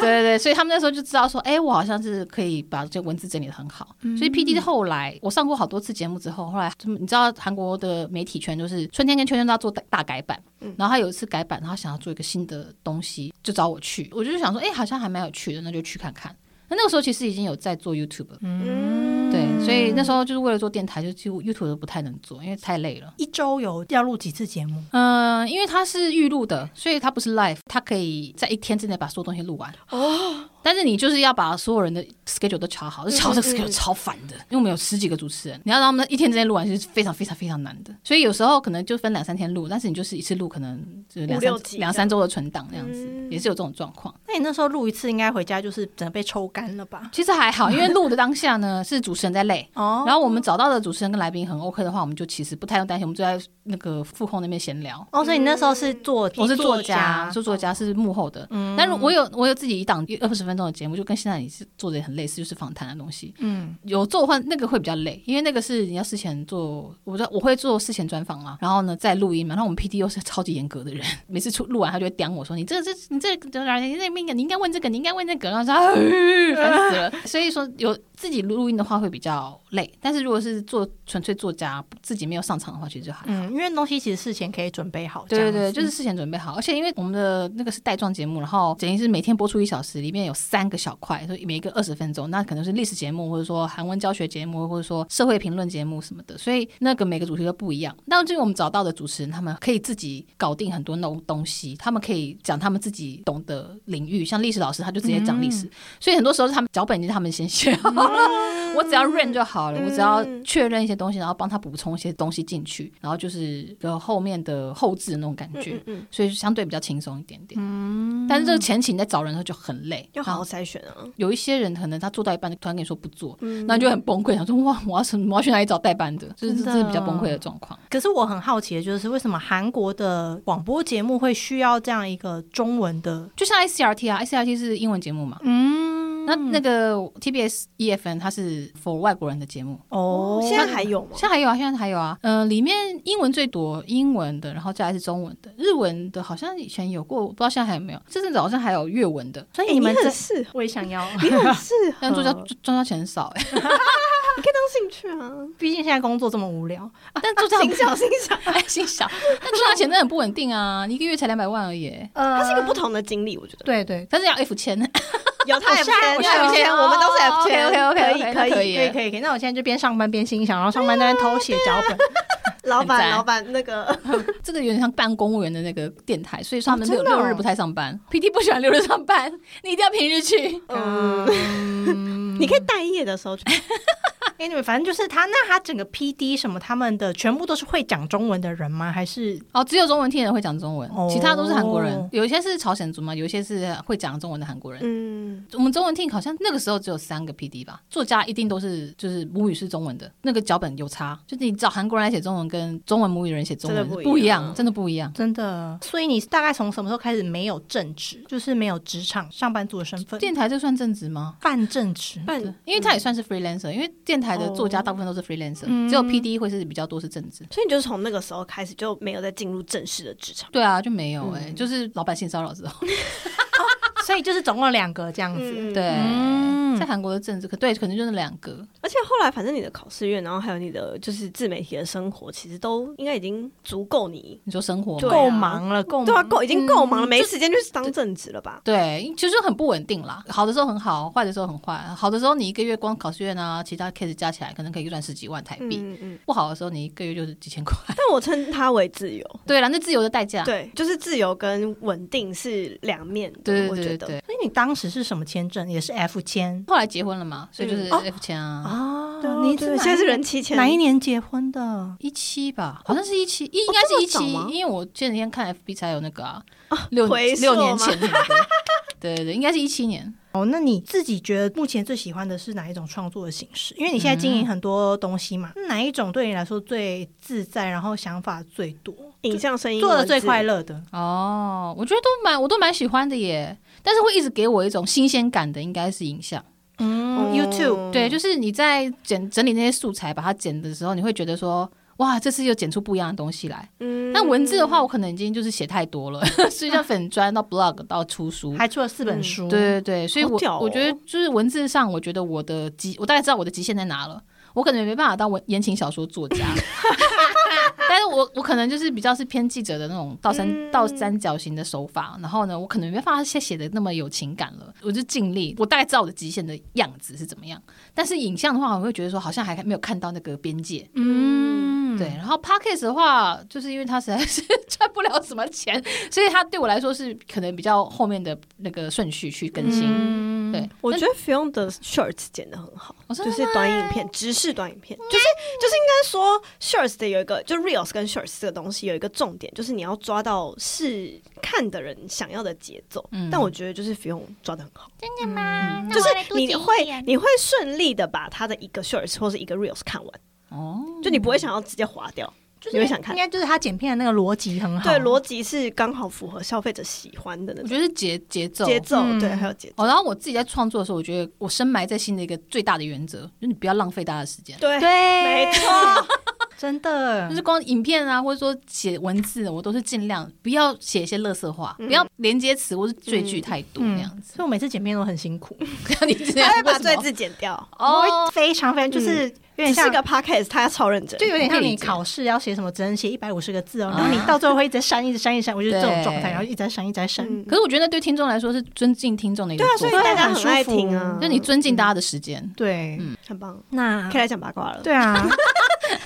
Speaker 1: 对对对，所以他们那时候就知道说，哎，我好像是可以把这文字整理的很好。所以 P
Speaker 4: 嗯
Speaker 1: D 后来我上过好多次节目之后，后来就你知道韩国的媒体圈就是春天跟秋天都要做大大改版，
Speaker 4: 嗯
Speaker 1: 然后他有一次改版，然后想要做一个新的东西，就找我去，我就想说，哎，好像还蛮有趣的，那就去看看。那那个时候其实已经有在做 YouTube 了，
Speaker 4: 嗯，
Speaker 1: 对，所以那时候就是为了做电台，就几乎 YouTube 都不太能做，因为太累了。
Speaker 2: 一周有要录几次节目？
Speaker 1: 嗯，因为它是预录的，所以它不是 live，它可以在一天之内把所有东西录完。哦，但是你就是要把所有人的 schedule 都查
Speaker 4: 嗯
Speaker 1: 好，查这个 schedule 超烦的，因为我们有十几个主持人，你要让他们一天之内录完是非常非常非常难的。所以有时候可能就分两三天录，但是你就是一次录可能就是两
Speaker 4: 五
Speaker 1: 三
Speaker 4: 六集
Speaker 1: 两三周的存档这样子，
Speaker 4: 嗯
Speaker 1: 也是有这种状况。
Speaker 2: 那你那时候录一次，应该回家就是整个被抽干了 吧？
Speaker 1: 其实还好，因为录的当下呢是主持人在累。
Speaker 2: 哦
Speaker 1: 然后我们找到的主持人跟来宾很 OK 的话，我们就其实不太用担心，我们就在那个副控那边闲聊。
Speaker 2: 哦，所以你那时候是作，
Speaker 1: 我是作
Speaker 2: 作
Speaker 1: 家，是作家，是幕后的。但是我有我有自己一档二十分钟的节目，就跟现在你是做的也很类似，就是访谈的东西。
Speaker 2: 嗯，
Speaker 1: 有做的话，那个会比较累，因为那个是你要事前做，我说我会做事前专访嘛，然后呢再录音嘛。然后我们 P D 又是超级严格的人，每次出录完他就会刁我说：“你这这你这个你那个你应该问这个，你应该问那个。”然后说、 啊呃烦死了。所以说有自己录音的话会比较累，但是如果是做纯粹作家自己没有上场的话，其实就还好。
Speaker 2: 嗯，因为东西其实事前可以准备好，
Speaker 1: 对对
Speaker 2: 这样
Speaker 1: 对，
Speaker 2: 子
Speaker 1: 就是事前准备好，而且因为我们的那个是带状节目，然后等于是每天播出一小时，里面有三个小块，所以每一个二十分钟，那可能是历史节目，或者说韩文教学节目，或者说社会评论节目什么的，所以那个每个主题都不一样。那就是我们找到的主持人，他们可以自己搞定很多那种东西，他们可以讲他们自己懂的领域，像历史老师他就直接讲历史，所以很多时候是他们脚本已经他们先写好了，我只要认就好了，我只要
Speaker 4: 嗯
Speaker 1: 确认一些东西，然后帮他补充一些东西进去，然后就是呃后面的后置那种感觉，
Speaker 4: 嗯嗯，
Speaker 1: 所以就相对比较轻松一点点。但是这个前期你在找人的时候就很累，
Speaker 4: 要
Speaker 1: 然
Speaker 4: 好
Speaker 1: 后
Speaker 4: 好筛选啊，
Speaker 1: 有一些人可能他做到一半就突然跟你说不做，
Speaker 4: 嗯
Speaker 1: 那你就很崩溃，想说哇，我要什么我要去哪里找代班的？这是
Speaker 2: 真的
Speaker 1: 这是比较崩溃的状况。
Speaker 2: 可是我很好奇的就是，为什么韩国的广播节目会需要这样一个中文的？
Speaker 1: 就像 ICRT 啊，ICRT 是英文节目嘛，
Speaker 2: 嗯，
Speaker 1: 那那个 TBS EFN E 它是 for 外国人的节目，
Speaker 2: 哦，
Speaker 4: 现在还有吗
Speaker 1: 现？在还有啊，现在还有啊，嗯、里面英文最多，英文的，然后再来是中文的，日文的好像以前有过，我不知道现在还有没有。这阵子好像还有粤文的，
Speaker 2: 所以
Speaker 4: 哎
Speaker 2: 你们
Speaker 4: 很
Speaker 2: 这
Speaker 4: 适合，
Speaker 2: 我也想要，
Speaker 4: 你很适 合，
Speaker 1: 但专家
Speaker 4: 嗯
Speaker 1: 专家钱很少哎、
Speaker 4: 当兴趣啊，
Speaker 2: 毕竟现在工作这么无聊，
Speaker 1: 但专家
Speaker 4: 心想心想，
Speaker 1: 哎心想，但专家钱真的很不稳定啊，你一个月才两百万而已欸、
Speaker 2: 呃
Speaker 4: 它是一个不同的经历， 我觉得
Speaker 2: 对对，
Speaker 1: 但是要 F 签，
Speaker 4: 有他 F 签，
Speaker 2: 我
Speaker 4: 有
Speaker 2: 现在
Speaker 4: F
Speaker 1: 我
Speaker 4: 签，
Speaker 1: 现在
Speaker 4: 我们都是 F
Speaker 1: 哦
Speaker 4: 签
Speaker 1: OK，OK，OK，
Speaker 4: 可以
Speaker 1: 那
Speaker 4: 可
Speaker 1: 可
Speaker 4: 以
Speaker 1: 以。
Speaker 2: 可以可以可以。那我现在就边上班边欣赏，然后上班在那边偷写脚 本，
Speaker 4: 老
Speaker 1: 很
Speaker 4: 板，
Speaker 1: 赞
Speaker 4: 老板，那个
Speaker 1: 这个有点像办公务员的那个电台，所以说他们
Speaker 4: 哦
Speaker 1: 六、
Speaker 4: 真的哦
Speaker 1: 六日不太上班，PT 不喜欢六日上班， 你一定要平日去。
Speaker 4: 嗯，你可以待业的时候去，
Speaker 2: 哎，你们反正就是他，那他整个 P D 什么他们的全部都是会讲中文的人吗？还是
Speaker 1: 哦，只有中文听的人会讲中文，
Speaker 2: 哦
Speaker 1: 其他都是韩国人，有一些是朝鲜族嘛，有一些是会讲中文的韩国人。
Speaker 4: 嗯，
Speaker 1: 我们中文听好像那个时候只有三个 P D 吧，作家一定都是就是母语是中文的，那个脚本有差，就是你找韩国人来写中文跟中文母语人写中文
Speaker 4: 真的不一样嗯
Speaker 1: 不一样，真的不一样。
Speaker 2: 真的？所以你大概从什么时候开始没有正职，就是没有职场上班族的身份，
Speaker 1: 电台这算正职吗？
Speaker 2: 半正职？
Speaker 4: 办
Speaker 1: 对，因为他也算是 freelancer，因为电台的
Speaker 4: 哦
Speaker 1: 作家大部分都是 freelancer，、只
Speaker 4: 嗯
Speaker 1: 有 P D 会是比较多是正职。
Speaker 4: 所以你就是从那个时候开始就没有再进入正式的职场，
Speaker 1: 对啊，就没
Speaker 4: 嗯
Speaker 1: 有哎、就是老板性骚扰之后，
Speaker 2: 所以就是总共两个这样子。
Speaker 4: 嗯，
Speaker 1: 对，
Speaker 2: 嗯
Speaker 1: 在韩国的政治，可对，可能就是两个。
Speaker 4: 而且后来反正你的考试院，然后还有你的就是自媒体的生活，其实都应该已经足够你，
Speaker 1: 你说生活
Speaker 4: 对
Speaker 1: 吗？
Speaker 4: 啊
Speaker 2: 够忙了，够忙嗯
Speaker 4: 对啊，够已经够忙了，没时间去当正职了吧？
Speaker 1: 对，其实很不稳定啦。好的时候很好，坏的时候很坏。好的时候你一个月光考试院啊，其他 case 加起来可能可以赚十几万台币。
Speaker 4: 嗯嗯，
Speaker 1: 不好的时候，你一个月就是几千块。
Speaker 4: 但我称它为自由，
Speaker 1: 对啦，那自由的代价。
Speaker 4: 对，就是自由跟稳定是两面的，
Speaker 1: 对
Speaker 4: 我
Speaker 1: 对
Speaker 4: 觉
Speaker 1: 对
Speaker 4: 得
Speaker 1: 对。对
Speaker 2: 所以你当时是什么签证？也是 F 签，
Speaker 1: 后后来结婚了嘛，所以就是
Speaker 4: 嗯
Speaker 2: 哦
Speaker 1: F 签啊，
Speaker 2: 啊
Speaker 4: 对
Speaker 2: 你
Speaker 4: 对
Speaker 2: 哪一
Speaker 4: 现在是
Speaker 2: 年
Speaker 4: 人妻签
Speaker 2: 哪一年结婚的？
Speaker 1: 一七吧，好像是一七，一应该是一
Speaker 4: 这么
Speaker 1: 七
Speaker 4: 早吗，
Speaker 1: 因为我前几天看 FB 才有那个啊，六
Speaker 4: 回溯
Speaker 1: 六年
Speaker 4: 吗
Speaker 1: 前的，对 对对，应该是一七年。
Speaker 2: 哦，那你自己觉得目前最喜欢的是哪一种创作的形式？因为你现在经营很多东西嘛，哪一种对你来说最自在，然后想法最多，
Speaker 4: 影像声音
Speaker 2: 做的最快
Speaker 4: 乐。
Speaker 2: 乐的？
Speaker 1: 哦，我觉得都蛮，我都蛮喜欢的耶。但是会一直给我一种新鲜感的，应该是影像。
Speaker 2: 嗯
Speaker 4: 嗯
Speaker 2: ，YouTube
Speaker 1: 对，就是你在剪整理那些素材，把它剪的时候，你会觉得说，哇，这次又剪出不一样的东西来。
Speaker 4: 嗯
Speaker 1: 那文字的话，我可能已经就是写太多了， 所以像粉砖到 blog 到出书，
Speaker 2: 还出了四本书，
Speaker 1: 对对对，所以
Speaker 4: 好
Speaker 1: 我、
Speaker 4: 屌哦
Speaker 1: 我觉得就是文字上，我觉得我的极，我大概知道我的极限在哪了。我可能没办法当文言情小说作 家， 但是我我可能就是比较是偏记者的那种倒三、
Speaker 4: 嗯
Speaker 1: 倒三角形的手法，然后呢，我可能没办法写写的那么有情感了，我就尽力，我大概知道我的极限的样子是怎么样。但是影像的话，我会觉得说好像还没有看到那个边界，
Speaker 2: 嗯，
Speaker 1: 对，然后 podcast 的话，就是因为它实在是 赚不了什么钱，所以它对我来说是可能比较后面的那个顺序去更新。
Speaker 2: 嗯
Speaker 1: 对，
Speaker 4: 我
Speaker 1: 但
Speaker 4: 觉得 Film 的 Shorts 剪的很好，
Speaker 1: 我哦真
Speaker 4: 就
Speaker 1: 的
Speaker 4: 是短影片，直视短影片，就是就是应该说 Shorts 的有一个，就 Reels 跟 Shorts 这个东西有一个重点，就是你要抓到是看的人想要的节奏。
Speaker 1: 嗯
Speaker 4: 但我觉得就是 Film 抓的很好，
Speaker 5: 真的吗？那
Speaker 4: 就
Speaker 5: 我来
Speaker 4: 是
Speaker 5: 多
Speaker 4: 你
Speaker 5: 剪一
Speaker 4: 会
Speaker 5: 点
Speaker 4: 你会顺利的把它的一个 Shorts 或是一个 Reels 看完，
Speaker 1: 哦，
Speaker 4: 就你不会想要直接划掉，你会想看
Speaker 2: 应。该就是他剪片的那个逻辑很好，
Speaker 4: 对，逻辑是刚好符合消费者喜欢的那
Speaker 1: 我
Speaker 4: 种
Speaker 1: 觉得是节节奏。
Speaker 4: 节奏，
Speaker 2: 嗯
Speaker 4: 对，还有节奏，
Speaker 1: 哦，然后我自己在创作的时候，我觉得我深埋在心的一个最大的原则，就是你不要浪费大家的时间。
Speaker 4: 对，
Speaker 2: 对，
Speaker 4: 没错，
Speaker 2: 真
Speaker 1: 就
Speaker 2: 的
Speaker 1: 是光影片啊，或者说写文字，我都是尽量不要写一些垃圾话，
Speaker 4: 嗯
Speaker 1: 不要连接词或是赘句太多那样子。
Speaker 2: 所以我每次剪片都很辛苦，
Speaker 1: 你这样
Speaker 4: 他会把
Speaker 1: 为什么
Speaker 4: 最字剪掉。
Speaker 1: 哦，
Speaker 2: 非常非常就是有点
Speaker 4: 只是
Speaker 2: 像
Speaker 4: 个 podcast，他超认真，
Speaker 2: 就有点像
Speaker 1: 可以
Speaker 2: 你
Speaker 1: 理解
Speaker 2: 考试要写什么，只能写一百五十个字哦，
Speaker 1: 啊
Speaker 2: 然后你到最后会一直删，一直删，一直删，我就是这种
Speaker 1: 对
Speaker 2: 状态，然后一直在删，一直在删。
Speaker 4: 嗯
Speaker 1: 可是我觉得那对听众来说是尊敬听众的一个
Speaker 4: 对啊，
Speaker 1: 做
Speaker 4: 所以
Speaker 1: 法，
Speaker 4: 大家
Speaker 2: 很
Speaker 4: 很
Speaker 2: 舒
Speaker 4: 爱
Speaker 2: 服
Speaker 4: 听啊，
Speaker 1: 就你尊敬大家的时间。
Speaker 2: 对，
Speaker 4: 很棒，
Speaker 2: 那
Speaker 4: 嗯可以来讲八卦了。
Speaker 2: 对啊，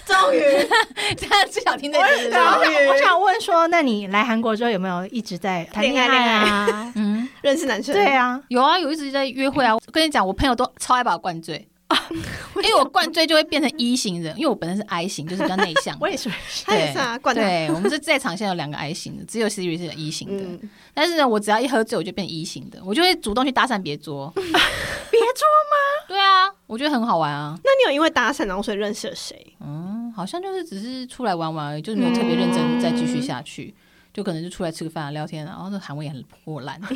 Speaker 4: 终于，
Speaker 1: 大家最想听的就是
Speaker 2: 对啊我
Speaker 4: 终
Speaker 2: 想我
Speaker 4: 于
Speaker 2: 想问说，那你来韩国之后有没有一直在谈恋爱啊？
Speaker 1: 嗯，
Speaker 4: 认识男生，
Speaker 2: 对，啊，
Speaker 1: 有啊，有一直在约会啊。我跟你讲，我朋友都超爱把我灌 醉。因为我灌醉就会变成一型人，因为我本身是 I 型，就是比较内 向的。
Speaker 2: 我也是，
Speaker 4: 他也是啊，灌他，
Speaker 1: 对，我们是在场现在有两个 I 型的，只有 Siri 是 E 型的。
Speaker 4: 嗯，
Speaker 1: 但是呢，我只要一喝醉，我就变 E 型的，我就会主动去搭讪别 桌。
Speaker 2: 别做
Speaker 1: 对啊，我觉得很好玩啊。
Speaker 4: 那你有因为搭讪然后所以认识了谁？
Speaker 1: 嗯，好像就是只是出来玩玩而已，就是没有特别认真再继续下去，就可能就出来吃个饭啊、聊天啊。然后那韩文也很破烂。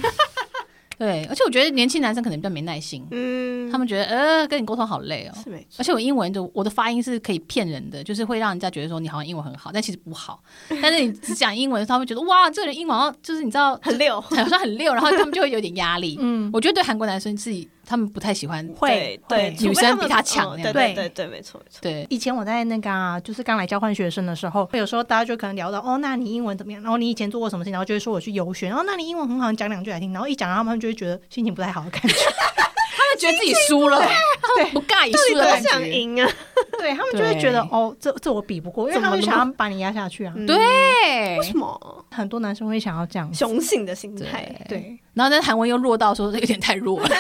Speaker 1: 对，而且我觉得年轻男生可能比较没耐心，
Speaker 4: 嗯，
Speaker 1: 他们觉得呃跟你沟通好累哦。
Speaker 4: 是没错，
Speaker 1: 而且我英文的我的发音是可以骗人的，就是会让人家觉得说你好像英文很好，但其实不好。但是你只讲英文，他们会觉得哇，这个人英文好像就是你知道
Speaker 4: 很溜，
Speaker 1: 好像很溜，然后他们就会有点压力。
Speaker 2: 嗯，
Speaker 1: 我觉得对韩国男生自己，他们不太喜欢。
Speaker 2: 会
Speaker 4: 对，
Speaker 2: 会
Speaker 4: 除非
Speaker 1: 女生
Speaker 4: 们
Speaker 1: 比他强那
Speaker 4: 嗯
Speaker 1: 样
Speaker 4: 对对对对，没错没错，
Speaker 1: 对，
Speaker 2: 以前我在那个、啊、就是刚来交换学生的时候，有时候大家就可能聊到哦，那你英文怎么样？然后你以前做过什么事情？然后就会说我去游学，然后那你英文很好，你讲两句来听。然后一讲，他们就会觉得心情不太好的感觉，
Speaker 1: 他们觉得自己输了，他们不尬也输
Speaker 4: 多
Speaker 1: 的感
Speaker 4: 想
Speaker 1: 觉。
Speaker 4: 赢啊，
Speaker 2: 对他们就会觉得
Speaker 1: 对
Speaker 2: 哦，这这我比不过，因为
Speaker 4: 怎么
Speaker 2: 他们就
Speaker 4: 那么
Speaker 2: 想要把你压下去啊。
Speaker 4: 嗯，
Speaker 1: 对
Speaker 4: 为，什么？
Speaker 2: 很多男生会想要这样子，
Speaker 4: 雄性的心态，
Speaker 2: 嗯对，
Speaker 1: 然后那韩文又弱到说有点太弱了， 就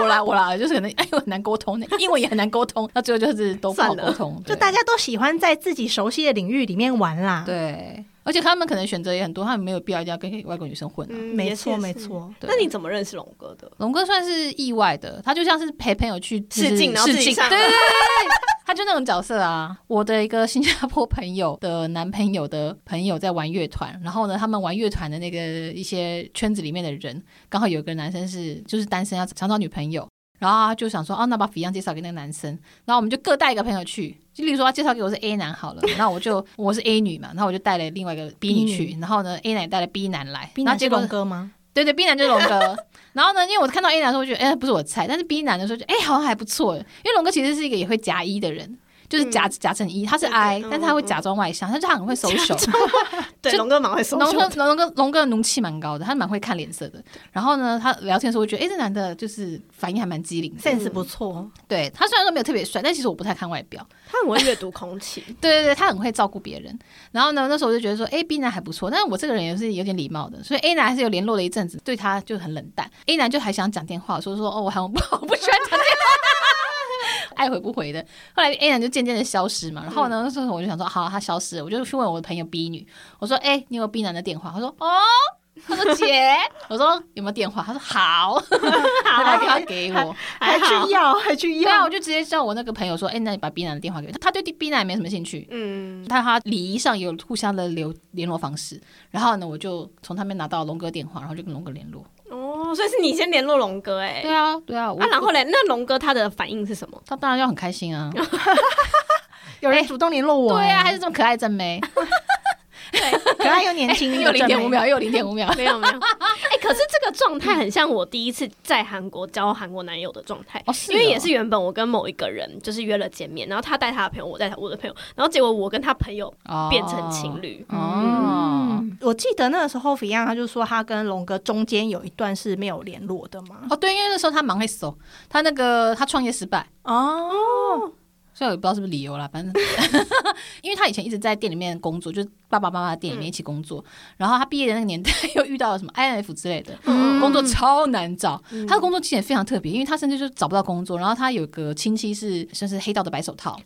Speaker 1: 我我啦我啦，就是可能哎呦很难沟通，英文也很难沟通，到最后就是都不好
Speaker 4: 算了
Speaker 1: 沟通，
Speaker 2: 就
Speaker 1: 对
Speaker 2: 大家都喜欢在自己熟悉的领域里面玩啦。，
Speaker 1: 对，而且他们可能选择也很多，他们没有必要一定要跟外国女生混啊。
Speaker 4: 嗯
Speaker 2: 没错没。
Speaker 4: 也是也是
Speaker 2: 错。
Speaker 1: 对
Speaker 4: 那你怎么认识龙哥的？
Speaker 1: 龙哥算是意外的，他就像是陪朋友去就是
Speaker 4: 试镜然后
Speaker 1: 试
Speaker 4: 自己
Speaker 1: 镜，对
Speaker 4: 上啊
Speaker 1: 对对对对，他就那种角色啊。我的一个新加坡朋友的男朋友的朋友在玩乐团，然后呢，他们玩乐团的那个一些圈子里面的人，刚好有个男生是就是单身要想找女朋友，然后他就想说，哦、那把 Beyond 介绍给那个男生，然后我们就各带一个朋友去。就例如说，他介绍给我是 A 男好了，然后我就我是 A 女嘛，然后我就带了另外一个 B 女
Speaker 2: B
Speaker 1: 去，然后呢 A 男也带了 B 男来，
Speaker 2: 冰
Speaker 1: 然
Speaker 2: 男
Speaker 1: 后
Speaker 2: 是
Speaker 1: 结果
Speaker 2: 龙哥吗？
Speaker 1: 对对，B 男就是龙 哥。然后呢，因为我看到 A 男的时候，我觉得哎、不是我的菜，但是 B 男的时候就哎、好像还不错，因为龙哥其实是一个也会夹一的人。就是假假成 E，他是
Speaker 4: 嗯对对
Speaker 1: I，
Speaker 4: 嗯
Speaker 1: 但是他会假装外向，但是他很 会 social。
Speaker 4: 对，
Speaker 1: 就
Speaker 4: 龙哥蛮会搜
Speaker 1: 龙
Speaker 4: 索
Speaker 1: 哥，龙哥，龙哥的怒气蛮高的，他蛮会看脸色的。然后呢，他聊天的时候，我觉得，哎、这男的就是反应还蛮机灵的。
Speaker 2: ，sense 不错，
Speaker 1: 对他虽然说没有特别帅，但其实我不太看外表。
Speaker 4: 他很会阅读空气，
Speaker 1: 对对对，他很会照顾别人。然后呢，那时候我就觉得说，A B 男还不错，但是我这个人也是有点礼貌的，所以 A 男还是有联络了一阵子，对他就很冷淡。A 男就还想讲电话，说说哦， 我好像不我不喜欢讲电话。 爱回不回的，后来 A 男就渐渐的消失嘛，然后呢，那时候我就想说，好，他消失了，我就去问我的朋友 B 女，我说，哎、你有 B 男的电话？他说，哦，他说 姐，我说有没有电话？他说好，他打电话给我，
Speaker 4: 还好
Speaker 2: 去要，还去
Speaker 1: 对啊，
Speaker 2: 要
Speaker 1: 我，就直接叫我那个朋友说，哎、那你把 B 男的电话给我，他对 B 男也没什么兴趣，
Speaker 4: 嗯，
Speaker 1: 他他礼仪上有互相的留联络方式，然后呢，我就从他们拿到龙哥电话，然后就跟龙哥联络。
Speaker 4: 哦，所以是你先联络龙哥哎、
Speaker 1: 对啊，对啊，我
Speaker 4: 啊，然后嘞，那龙哥他的反应是什 么？
Speaker 1: 他当然要很开心啊，
Speaker 2: 有人主动联络我，
Speaker 1: 对啊，还是这么可爱正妹，
Speaker 2: 可爱又年 轻，
Speaker 1: 又零点五
Speaker 2: 正妹，
Speaker 1: 秒，又零点五秒，
Speaker 4: 没有没有， 哎、可是这个状态很像我第一次在韩国交韩国男友的状态，
Speaker 1: 哦是哦
Speaker 4: 因为也是原本我跟某一个人就是约了见面，然后他带他的朋友，我带他我的朋友，然后结果我跟他朋友变成情侣，
Speaker 1: 哦。
Speaker 2: 我记得那个时候 f i o 他就说他跟龙哥中间有一段是没有联络的嘛，
Speaker 1: 哦，对，因为那时候他忙会搜，他那个他创业失败，
Speaker 2: 哦，
Speaker 1: 所以我也不知道是不是理由啦，反 正因为他以前一直在店里面工作，就是爸爸妈妈的店里面一起工作，然后他毕业的那个年代又遇到了什么 INF 之类的，
Speaker 4: 嗯
Speaker 1: 工作超难找。他的工作经验非常特别，因为他甚至就找不到工作，然后他有个亲戚是算是黑道的白手套，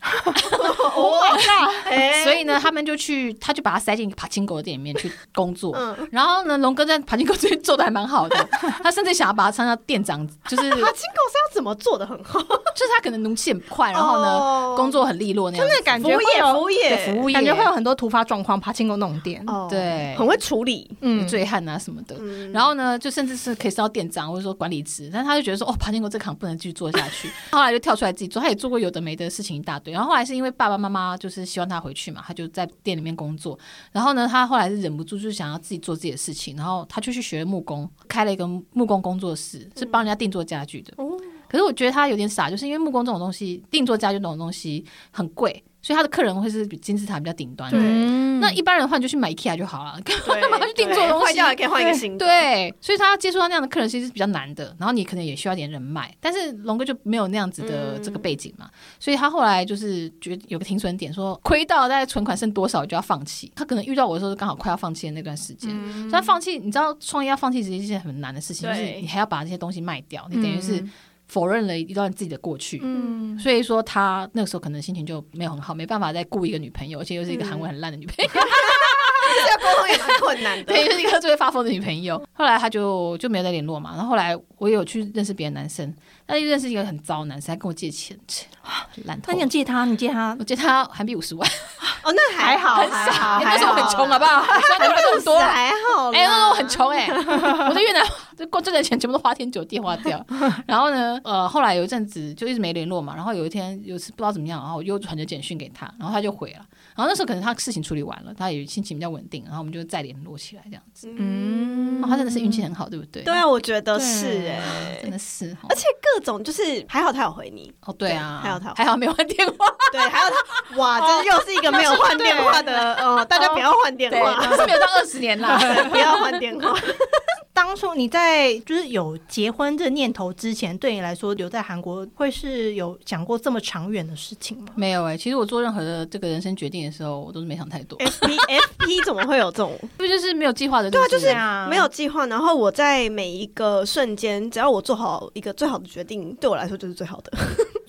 Speaker 4: 哎
Speaker 1: 所以呢，他们就去，他就把他塞进爬青狗的店里面去工作。
Speaker 4: 嗯
Speaker 1: 然后呢，龙哥在爬青狗这边做的还蛮好 的，他甚至想要把他升到店长，就是就
Speaker 4: 他啊亲狗是要怎么做的很好，
Speaker 1: 是他可能怒气很快，然后呢、
Speaker 4: 哦
Speaker 1: 工作很利落那样
Speaker 2: 真
Speaker 1: 子。
Speaker 2: 的感觉会啊
Speaker 4: 服
Speaker 2: 有
Speaker 4: 务业
Speaker 1: 对服务业
Speaker 2: 感觉会有很多突发状况，爬进过弄点，
Speaker 4: 哦
Speaker 1: 对
Speaker 4: 很会处理，
Speaker 2: 嗯，
Speaker 1: 醉汉啊什么的。
Speaker 4: 嗯
Speaker 1: 然后呢，就甚至是可以升到店长或者说管理职，但他就觉得说，哦，爬进过这个行不能继续做下去，后来就跳出来自己做，他也做过有的没的事情一大堆。然后后来是因为爸爸妈妈就是希望他回去嘛，他就在店里面工作。然后呢，他后来是忍不住就想要自己做自己的事情，然后他就去学木工，开了一个木工工作室，是帮人家定做家具的。
Speaker 4: 哦
Speaker 1: 可是我觉得他有点傻，就是因为木工这种东西，定做家具这种东西很贵，所以他的客人会是比金字塔比较顶端的。
Speaker 2: 嗯，
Speaker 1: 那一般人的话，你就去买 IKEA 就好了，
Speaker 4: 对
Speaker 1: 干嘛去定做东西
Speaker 4: 坏掉也可以换一个新的，
Speaker 1: 对，所以他接触到那样的客人其实是比较难的，然后你可能也需要一点人脉，但是龙哥就没有那样子的
Speaker 4: 嗯
Speaker 1: 这个背景嘛，所以他后来就是觉得有个停损点，说亏到大概存款剩多少就要放弃。他可能遇到我的时候，刚好快要放弃的那段时间，所以他放弃，你知道创业要放弃其实是一件很难的事情，就是
Speaker 4: 嗯对
Speaker 1: 你还要把这些东西卖掉，你等于是
Speaker 2: 嗯
Speaker 1: 否认了一段自己的过去。
Speaker 4: 嗯，
Speaker 1: 所以说他那个时候可能心情就没有很好，没办法再雇一个女朋友，而且又是一个韩文很烂的女朋友。
Speaker 4: 这个沟通也蛮困难的，
Speaker 1: 对，就是一个最会发疯的女朋友。后来他就就没有再联络嘛。然后后来我也有去认识别的男生，但就认识一个很糟的男生，还跟我借钱，切烂透
Speaker 2: 那。你借他，你借他，
Speaker 1: 我借他韩币五十万，
Speaker 4: 哦，那还好，
Speaker 2: 很
Speaker 4: 还好，
Speaker 1: 哎那时候我很穷，
Speaker 4: 啊，
Speaker 1: 好不好？现在赚 很多了。
Speaker 4: 还好啦，
Speaker 1: 哎、那时候我很穷哎、我在越南就过挣的钱全部都花天酒地花掉。然后呢，呃，后来有一阵子就一直没联络嘛。然后有一天，有一次不知道怎么样，然后我又传着简讯给他，然后他就回了。然后那时候可能他事情处理完了，他也心情比较稳定，然后我们就再联络起来这样子。
Speaker 2: 嗯
Speaker 1: 哦，他真的是运气很好，对不对？
Speaker 4: 对啊，我觉得
Speaker 2: 对
Speaker 4: 是哎、
Speaker 1: 真的是哦
Speaker 4: 而且各种就是还好他有回你，
Speaker 1: 哦，对啊，
Speaker 4: 还有他
Speaker 1: 还好没换电话，
Speaker 4: 对，还有他，哇，这又是一个没有换电话的，哦，大家不要 换电话，
Speaker 1: 是没有到二十年啦。
Speaker 4: 对不要换电话，
Speaker 2: 当初你在就是有结婚这念头之前，对你来说留在韩国会是有想过这么长远的事情吗？
Speaker 1: 没有哎、其实我做任何的这个人生决定的时候，我都是没想太多，
Speaker 4: F P F P 怎么会有这种？
Speaker 1: 不就是没有计划的日子？
Speaker 4: 对啊，就是
Speaker 2: 啊
Speaker 4: 没有计划。然后我在每一个瞬间，只要我做好一个最好的决定，对我来说就是最好的。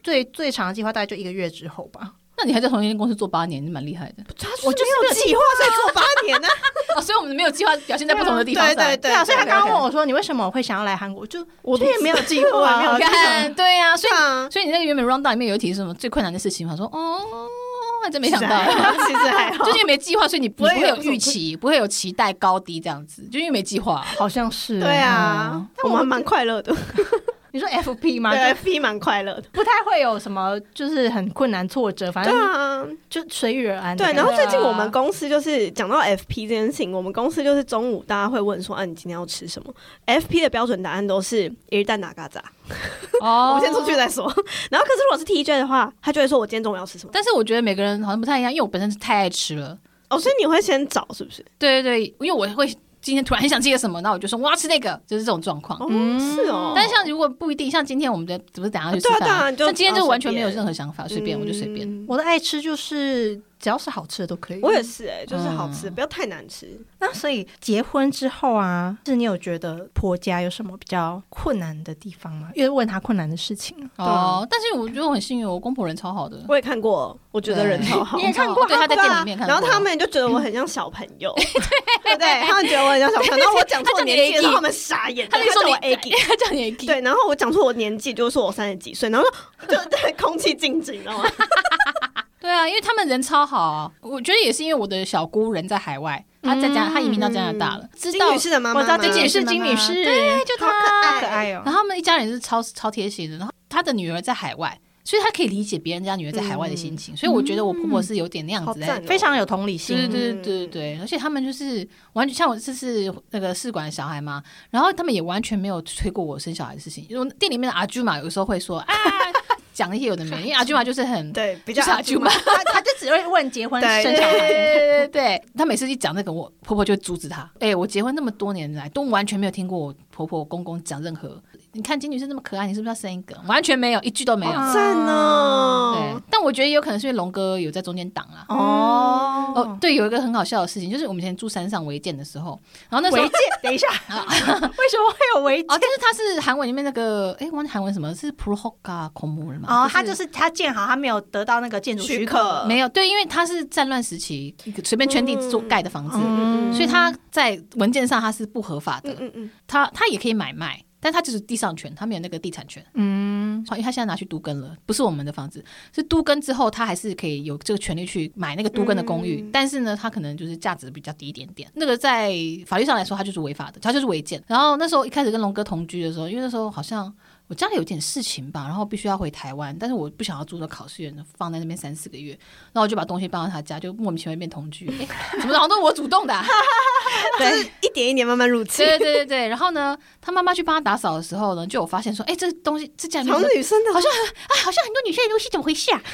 Speaker 2: 最最长的计划大概就一个月之后吧。
Speaker 1: 那你还在同一间公司做八年，你蛮厉害的
Speaker 4: 我就是没有计划，所以做八年呢。
Speaker 1: 哦。所以我们没有计划表现在不同的地方
Speaker 4: 对
Speaker 1: 上。
Speaker 4: 对对
Speaker 2: 对啊，所以他刚刚问
Speaker 4: 我，
Speaker 2: 我说你为什么会想要来韩国，就
Speaker 4: 我
Speaker 2: 这也没有计划啊，
Speaker 4: 我
Speaker 1: 你
Speaker 4: 也
Speaker 1: 看，对啊，所
Speaker 4: 对
Speaker 1: 以
Speaker 4: 啊，
Speaker 1: 所以你那个原本 round down 里面有一题是什么最困难的事情嘛？我说哦，还真没想到。
Speaker 4: 其实还好
Speaker 1: 就。是因为没计划，所以你不
Speaker 4: 不会
Speaker 1: 会有
Speaker 4: 有
Speaker 1: 预 期，不会有期待高低这样子，就因为没计划。
Speaker 4: 啊
Speaker 2: 好像是
Speaker 4: 嗯对，啊，我们还蛮快乐的。
Speaker 2: 你说 FP 吗？
Speaker 4: 对
Speaker 2: 就
Speaker 4: ，P 蛮快乐的。
Speaker 2: 不太会有什么就是很困难挫折，反
Speaker 4: 对
Speaker 2: 正
Speaker 4: 啊，
Speaker 2: 就随遇而安的感
Speaker 4: 对。
Speaker 2: 觉。
Speaker 4: 然后最近
Speaker 1: 对啊
Speaker 4: 我们公司就是讲到 FP 这件事情，我们公司就是中午大家会问说，啊，你今天要吃什么？FP 的标准答案都是一日蛋打嘎杂，
Speaker 1: 哦
Speaker 4: 我们先出去再说。 然后可是如果是 TJ 的话，他就会说我今天中午要吃什么。
Speaker 1: 但是我觉得每个人好像不太一样，因为我本身是太爱吃了。
Speaker 4: 哦，所以你会先找是不是？
Speaker 1: 对对对，因为我会今天突然很想吃个什么，那我就说我要吃那个，就是这种状况。
Speaker 4: 哦，是
Speaker 1: 嗯
Speaker 4: 哦。
Speaker 1: 但像如果不一定，像今天我们的不是等一下去吃
Speaker 4: 对啊
Speaker 1: 饭吗，
Speaker 4: 对啊你就
Speaker 1: 像今天就
Speaker 4: 啊
Speaker 1: 完全
Speaker 4: 随
Speaker 1: 没
Speaker 4: 便
Speaker 1: 有任何想法，随便我就随便。
Speaker 4: 嗯
Speaker 2: 我的爱吃就是只要是好吃的都可以。
Speaker 4: 我也是哎、就是好吃，
Speaker 1: 嗯
Speaker 4: 不要太难吃。
Speaker 2: 那所以结婚之后啊，是你有觉得婆家有什么比较困难的地方吗？因为问他困难的事情啊，
Speaker 4: 对啊
Speaker 1: 哦，但是我觉得我很幸运，我公婆人超好的。
Speaker 4: 我也看过，我觉得人超好。
Speaker 1: 你也看过？对，他在店里面看
Speaker 4: 然
Speaker 1: 过。
Speaker 4: 后他们就觉得我很像小朋友， 对不对？他们觉得我很像小朋友，然后我讲错年纪的时候，他们傻眼，
Speaker 1: 他就说
Speaker 4: 叫
Speaker 1: 你
Speaker 4: 我 A 级，
Speaker 1: 他叫你 Aggie
Speaker 4: 对，然后我讲错我年纪，就说我三十几岁，然后 就就对空气静止，你知道吗？
Speaker 1: 对啊，因为他们人超好啊，我觉得也是因为我的小姑人在海外，她在加，她移民到加拿大了，知
Speaker 4: 嗯金
Speaker 1: 道
Speaker 4: 女士的妈
Speaker 2: 我
Speaker 4: 妈
Speaker 2: 知
Speaker 4: 吗，
Speaker 2: 道金女士，金女士，对，
Speaker 1: 就
Speaker 4: 好可
Speaker 1: 她
Speaker 4: 爱，
Speaker 2: 可爱哦
Speaker 1: 然。后他们一家人是超超贴心的，然后她的女儿在海外，所以她可以理解别人家女儿在海外的心情，所以我觉得我婆婆是有点那样
Speaker 4: 嗯好
Speaker 1: 子在
Speaker 4: 赞哦，
Speaker 2: 非常有同理心。
Speaker 1: 对对对对对，而且他们就是完全像我这是那个试管的小孩嘛，然后他们也完全没有推过我生小孩的事情。因为店里面的阿舅嘛，有时候会说啊， 讲一些有的没的，因为阿舅嘛就是很
Speaker 4: 对，比
Speaker 1: 就
Speaker 4: 较
Speaker 1: 是阿舅嘛，
Speaker 2: 他他就只会问结婚
Speaker 4: 对
Speaker 2: 生
Speaker 1: 对
Speaker 2: 小孩。
Speaker 1: 对对对，他每次一讲这个，我婆婆就会阻止他。哎、我结婚那么多年来，都完全没有听过我婆婆我公公讲任何。你看金女士那么可爱，你是不是要生一个？完全没有，一句都没有。
Speaker 4: 好赞哦
Speaker 1: 对，，但我觉得也有可能是因为龙哥有在中间挡啊。
Speaker 2: 哦
Speaker 1: 哦，对，有一个很好笑的事情，就是我们以前住山上违建的时候，然后那时
Speaker 2: 违
Speaker 1: 候
Speaker 2: 建，等一下，为什么会有违
Speaker 1: 哦，
Speaker 2: 建？
Speaker 1: 就是它是韩文里面那个，哎，忘记韩文什么是 prohoka 恐怖人嘛？
Speaker 2: 哦，他就是他建好，他没有得到那个建筑许
Speaker 4: 许
Speaker 2: 可。
Speaker 4: 可
Speaker 1: 没有对，因为它是战乱时期一个随便圈地做盖的房子，
Speaker 2: 嗯
Speaker 1: 所以它在文件上它是不合法
Speaker 4: 嗯
Speaker 1: 的，
Speaker 4: 嗯嗯，
Speaker 1: 它它也可以买卖。但它就是地上权，它没有那个地产权，
Speaker 2: 嗯，
Speaker 1: 因为它现在拿去都更了，不是我们的房子，是都更之后，它还是可以有这个权利去买那个都更的公寓，
Speaker 4: 嗯
Speaker 1: 但是呢，它可能就是价值比较低一点点。那个在法律上来说，它就是违法的，它就是违建。然后那时候一开始跟龙哥同居的时候，因为那时候好像我家里有点事情吧，然后必须要回台湾，但是我不想要住到考试院，放在那边三四个月，然后我就把东西搬到他家，就莫名其妙变同居。诶怎么好像都是我主动的、啊？
Speaker 4: 就是一点一点慢慢入侵，
Speaker 1: 对对对对。然后呢，他妈妈去帮他打扫的时候呢，就有发现说，哎，这东西这家里面
Speaker 4: 从女生的
Speaker 1: 好像啊，好像很多女生的东西怎么回事啊？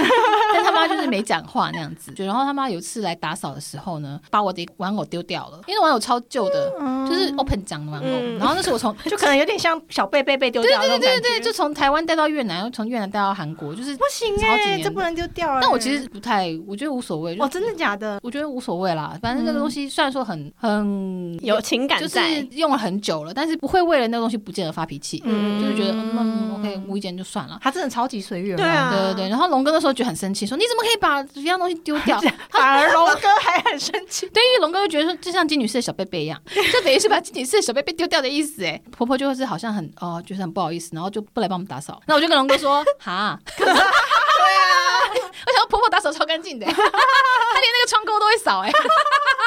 Speaker 1: 但他妈就是没讲话那样子。就然后他妈有一次来打扫的时候呢，把我的玩偶丢掉了，因为玩偶超旧的，
Speaker 2: 嗯
Speaker 1: 就是 open 奖的玩偶。
Speaker 4: 嗯
Speaker 1: 然后那时候我从
Speaker 2: 就可能有点像小贝贝被丢 掉那种感
Speaker 1: 对
Speaker 2: 觉。
Speaker 1: 对，就从台湾带到越南，又从越南带到韩国，就是
Speaker 2: 不行
Speaker 1: 好几
Speaker 2: 哎、
Speaker 1: 年
Speaker 2: 这不能丢掉、欸。
Speaker 1: 但我其实不太，我觉得无所谓。就
Speaker 2: 哦，真的假的？
Speaker 1: 我觉得无所谓啦，反
Speaker 2: 嗯
Speaker 1: 正那个东西虽然说很很
Speaker 4: 有情感
Speaker 1: 就是
Speaker 4: 在，
Speaker 1: 用了很久了，但是不会为了那个东西不见得发脾气，
Speaker 4: 嗯
Speaker 1: 就是觉得嗯嗯 OK 无意间就算了。
Speaker 2: 他真的超级随遇而
Speaker 4: 对
Speaker 2: 安，
Speaker 4: 啊，
Speaker 1: 对对对，然后龙哥那时候觉得很生气，说你怎么可以把这样东西丢 掉？
Speaker 2: 反而龙 哥还很生气。
Speaker 1: 对，因为龙哥就觉得说，就像金女士的小贝贝一 样，就等于是把金女士的小贝贝丢掉的意思。哎，婆婆就是好像很哦，就是很不好意思，然后就不来帮我们打扫。那我就跟龙哥说， 哈， 对啊，我想说婆婆打扫超干净的，她 连那个窗钩都会扫哎。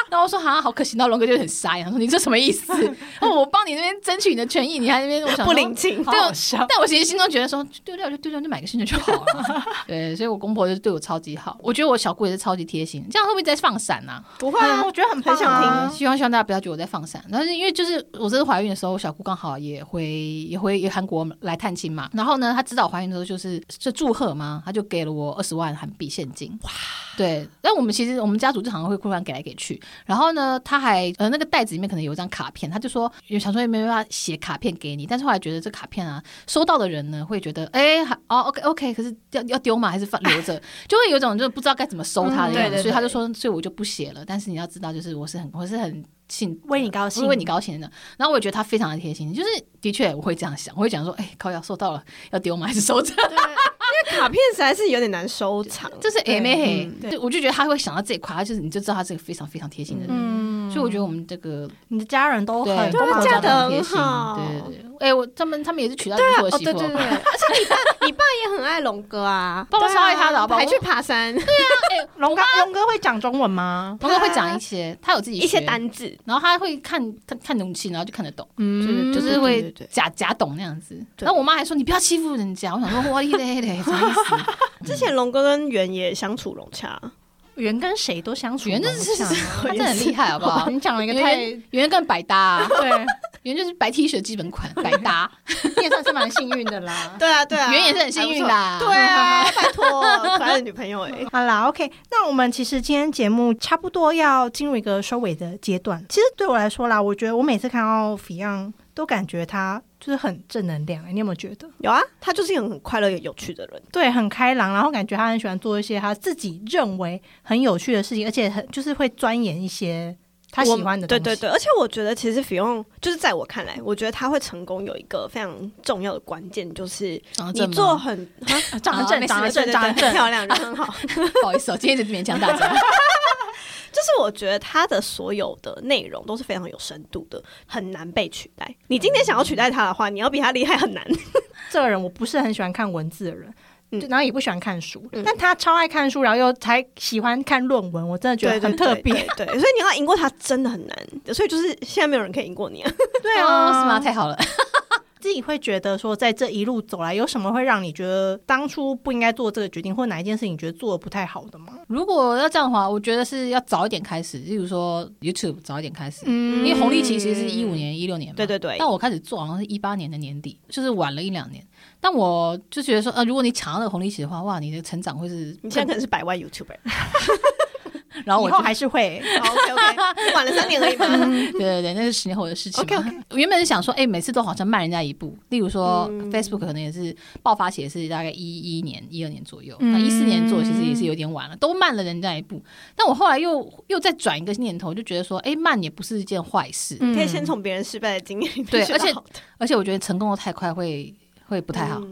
Speaker 1: 然后我说哈，好可惜。然后龙哥就很傻眼，他说你这什么意 思？哦，我帮你那边争取你的权益，你还那边我想说
Speaker 4: 不 领情，
Speaker 1: 对，我但我其实心中觉得说丢掉就丢掉，就买个新的就好了。 对，所以我公婆就对我超级好，我觉得我小姑也是超级贴心。这样会不会在放闪呐、
Speaker 4: 不会啊，
Speaker 2: 我觉得很棒、
Speaker 4: 很想
Speaker 2: 啊、
Speaker 4: 听
Speaker 1: 嗯，希望希望大家不要觉得我在放闪，但是因为就是我这次怀孕的时候，我小姑刚好也回也回也韩国来探亲嘛，然后呢，她知道我怀孕的时候就是是祝贺嘛，她就给了我二十万韩币现金，哇，对，但我们其实我们家族就常常会突然给来给去，然后呢，她还呃那个袋子里面可能有一张卡片，她就说有想说有没有办法写卡片给你，但是后来觉得这卡片啊，收到的人呢会觉得哎、还哦 OK OK，可是要要丢嘛还是放留 着，就会有一种就是不知道该怎么收他的
Speaker 4: 嗯
Speaker 1: 样子，
Speaker 4: 对对
Speaker 1: 所以
Speaker 4: 对
Speaker 1: 他就说，所以我就不写了。但是你要知道，就是我是很我是很幸
Speaker 2: 为你高兴，
Speaker 1: 为你高兴的。然后我也觉得他非常的贴心，就是的确我会这样想，我会讲说，哎、高瑶收到了，要丢吗？还是收 着？
Speaker 4: 卡片实在是有点难收藏，
Speaker 1: 就是哎妹嘿
Speaker 2: 对，
Speaker 1: 对，我就觉得他会想到这一块，他就是你就知道他是个非常非常贴心的人。
Speaker 2: 嗯。
Speaker 1: 所以我觉得我们这个
Speaker 2: 你的家人都
Speaker 1: 对
Speaker 2: 很
Speaker 1: 对
Speaker 4: 啊
Speaker 2: 帮忙
Speaker 4: 嫁
Speaker 1: 家
Speaker 4: 得
Speaker 1: 都
Speaker 4: 很
Speaker 1: 贴心
Speaker 4: 好
Speaker 1: 对对对。哎，我他们他们也是娶到不
Speaker 4: 对啊，
Speaker 1: 错
Speaker 4: 哦
Speaker 1: 的媳
Speaker 4: 对对
Speaker 1: 妇
Speaker 4: 对，
Speaker 1: 好不好。
Speaker 4: 而且你爸你爸也很爱龙哥啊，
Speaker 1: 爸爸
Speaker 4: 对啊
Speaker 1: 超爱他的好不好
Speaker 4: 还去爬山，
Speaker 2: 龙哥，龙哥会讲中文吗？
Speaker 1: 龙哥会讲一些，他有自己
Speaker 4: 啊一些
Speaker 1: 学，
Speaker 4: 单字，
Speaker 1: 然后他会看看看勇气，然后就看得懂，
Speaker 2: 嗯
Speaker 1: 就是
Speaker 2: 对对
Speaker 1: 会
Speaker 2: 对
Speaker 1: 假假懂那样子。
Speaker 4: 对
Speaker 1: 然后我妈还说你不要欺负人家，我想说哇嘞嘞，什么意思？
Speaker 4: 之前龙哥跟圆也相处融洽，
Speaker 2: 圆跟谁都啊相处，
Speaker 1: 圆真是
Speaker 2: 我想
Speaker 1: 他 真的很厉害好不好？
Speaker 2: 你讲了一个
Speaker 1: 圆
Speaker 2: 太
Speaker 1: 圆圆更百搭、啊，
Speaker 2: 对，
Speaker 1: 圆就是白 T 恤基本款，百搭。
Speaker 2: 你也算是蛮幸运的啦。
Speaker 4: 对 啊对
Speaker 1: 圆也是很幸运的、啊，
Speaker 4: 对啊，拜托，可爱的女朋友哎、
Speaker 2: 好啦，OK，那我们其实今天节目差不多要进入一个收尾的阶段。其实对我来说啦，我觉得我每次看到 Fion 都感觉他就是很正能量、你有没有觉得？
Speaker 4: 有啊，他就是一个很快乐也有趣的人，
Speaker 2: 对，很开朗，然后感觉他很喜欢做一些他自己认为很有趣的事情，而且很就是会钻研一些他喜欢的
Speaker 4: 对
Speaker 2: 东西。
Speaker 4: 对对，而且我觉得其实 Fion 就是在我看来，我觉得他会成功有一个非常重要的关键，就是
Speaker 1: 长得
Speaker 4: 你
Speaker 1: 正吗
Speaker 4: 做很
Speaker 2: 啊，长得
Speaker 1: 啊
Speaker 2: 正，
Speaker 1: 没事
Speaker 2: 长得
Speaker 1: 没事
Speaker 2: 正，
Speaker 4: 对对对
Speaker 2: 长得
Speaker 4: 很
Speaker 2: 正。
Speaker 4: 漂亮，人很好。
Speaker 1: 不好意思、哦，今天一直勉强大家。
Speaker 4: 就是我觉得他的所有的内容都是非常有深度的，很难被取代。你今天想要取代他的话，你要比他厉害很难。
Speaker 2: 这个人我不是很喜欢看文字的人，
Speaker 4: 嗯
Speaker 2: 对然后也不喜欢看书，
Speaker 4: 嗯
Speaker 2: 但他超爱看书，然后又才喜欢看论文，我真的觉得很特别。
Speaker 4: 对对对对所以你要赢过他真的很难。所以就是现在没有人可以赢过你啊。
Speaker 2: 对
Speaker 1: 哦
Speaker 2: 啊，
Speaker 1: 是吗？太好了，
Speaker 2: 自己会觉得说，在这一路走来，有什么会让你觉得当初不应该做这个决定，或哪一件事情你觉得做的不太好的吗？
Speaker 1: 如果要这样的话，我觉得是要早一点开始，例如说 YouTube 早一点开始，
Speaker 2: 嗯
Speaker 1: 因为红利期其实是一五年、一六年嘛。
Speaker 4: 对对对
Speaker 1: 但我开始做好像是一八年的年底，就是晚了一两年。但我就觉得说，呃，如果你抢到那个红利期的话，哇，你的成长会是
Speaker 4: 你现在可能是百万 YouTuber。
Speaker 1: 然后
Speaker 2: 以
Speaker 1: 我
Speaker 2: 后
Speaker 1: 就
Speaker 2: 还是会，
Speaker 4: OK OK，晚了三年而已嘛。
Speaker 1: 对对对，那是十年后的事情嘛。
Speaker 4: OK，OK
Speaker 1: 我原本是想说，哎、每次都好像慢人家一步。例如说、
Speaker 4: 嗯
Speaker 1: Facebook 可能也是爆发期也是大概一一年、一二年左右，
Speaker 2: 嗯
Speaker 1: 那一四年做其实也是有点晚了，都慢了人家一步。但我后来又又再转一个念头，就觉得说，哎、慢也不是一件坏事。
Speaker 4: 你
Speaker 2: 嗯
Speaker 4: 可以先从别人失败的经验里面
Speaker 1: 对
Speaker 4: 学到
Speaker 1: 而且
Speaker 4: 好的
Speaker 1: 而且我觉得成功的太快会会不太好。
Speaker 4: 嗯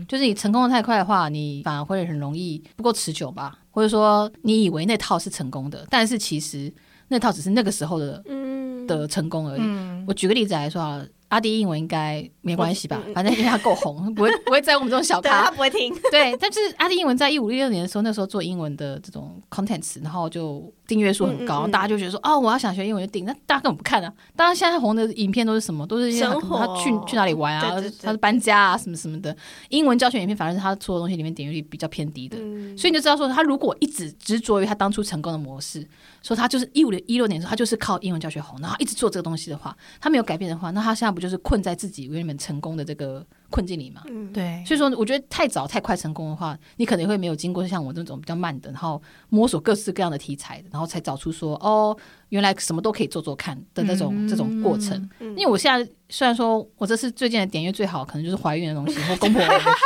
Speaker 2: 嗯，
Speaker 1: 就是你成功的太快的话，你反而会很容易不够持久吧，或者说你以为那套是成功的，但是其实那套只是那个时候的
Speaker 4: 嗯
Speaker 1: 的成功而已。
Speaker 2: 嗯
Speaker 1: 我举个例子来说好了，阿迪英文应该没关系吧
Speaker 4: 嗯，
Speaker 1: 反正因为他够红，不会不会在我们这种小
Speaker 4: 对他
Speaker 1: 咖。
Speaker 4: 不会听，
Speaker 1: 对，但是阿迪英文在一五一六年的时候，那时候做英文的这种 contents，然后就订阅数很
Speaker 4: 嗯嗯嗯
Speaker 1: 高，大家就觉得说哦，我要想学英文就订，那大家根本不看啊。当然现在红的影片都是什么，都是一些
Speaker 4: 生活
Speaker 1: 他去去哪里玩啊，
Speaker 4: 对对对
Speaker 1: 他是搬家啊什么什么的。英文教学影片反而是他做的东西里面点击率比较偏低的。
Speaker 4: 嗯
Speaker 1: 所以你就知道说，他如果一直执着于他当初成功的模式，说他就是一五一六年的时候，他就是靠英文教学红，然后一直做这个东西的话，他没有改变的话，那他现在不就是困在自己原本成功的这个困境里吗？
Speaker 4: 嗯
Speaker 2: 对，
Speaker 1: 所以说，我觉得太早太快成功的话，你可能会没有经过像我这种比较慢的，然后摸索各式各样的题材，然后才找出说哦，原来什么都可以做做看的那种、这种过程。
Speaker 4: 嗯
Speaker 1: 因为我现在虽然说我这次最近的点阅最好，可能就是怀孕的东西或公婆的东西。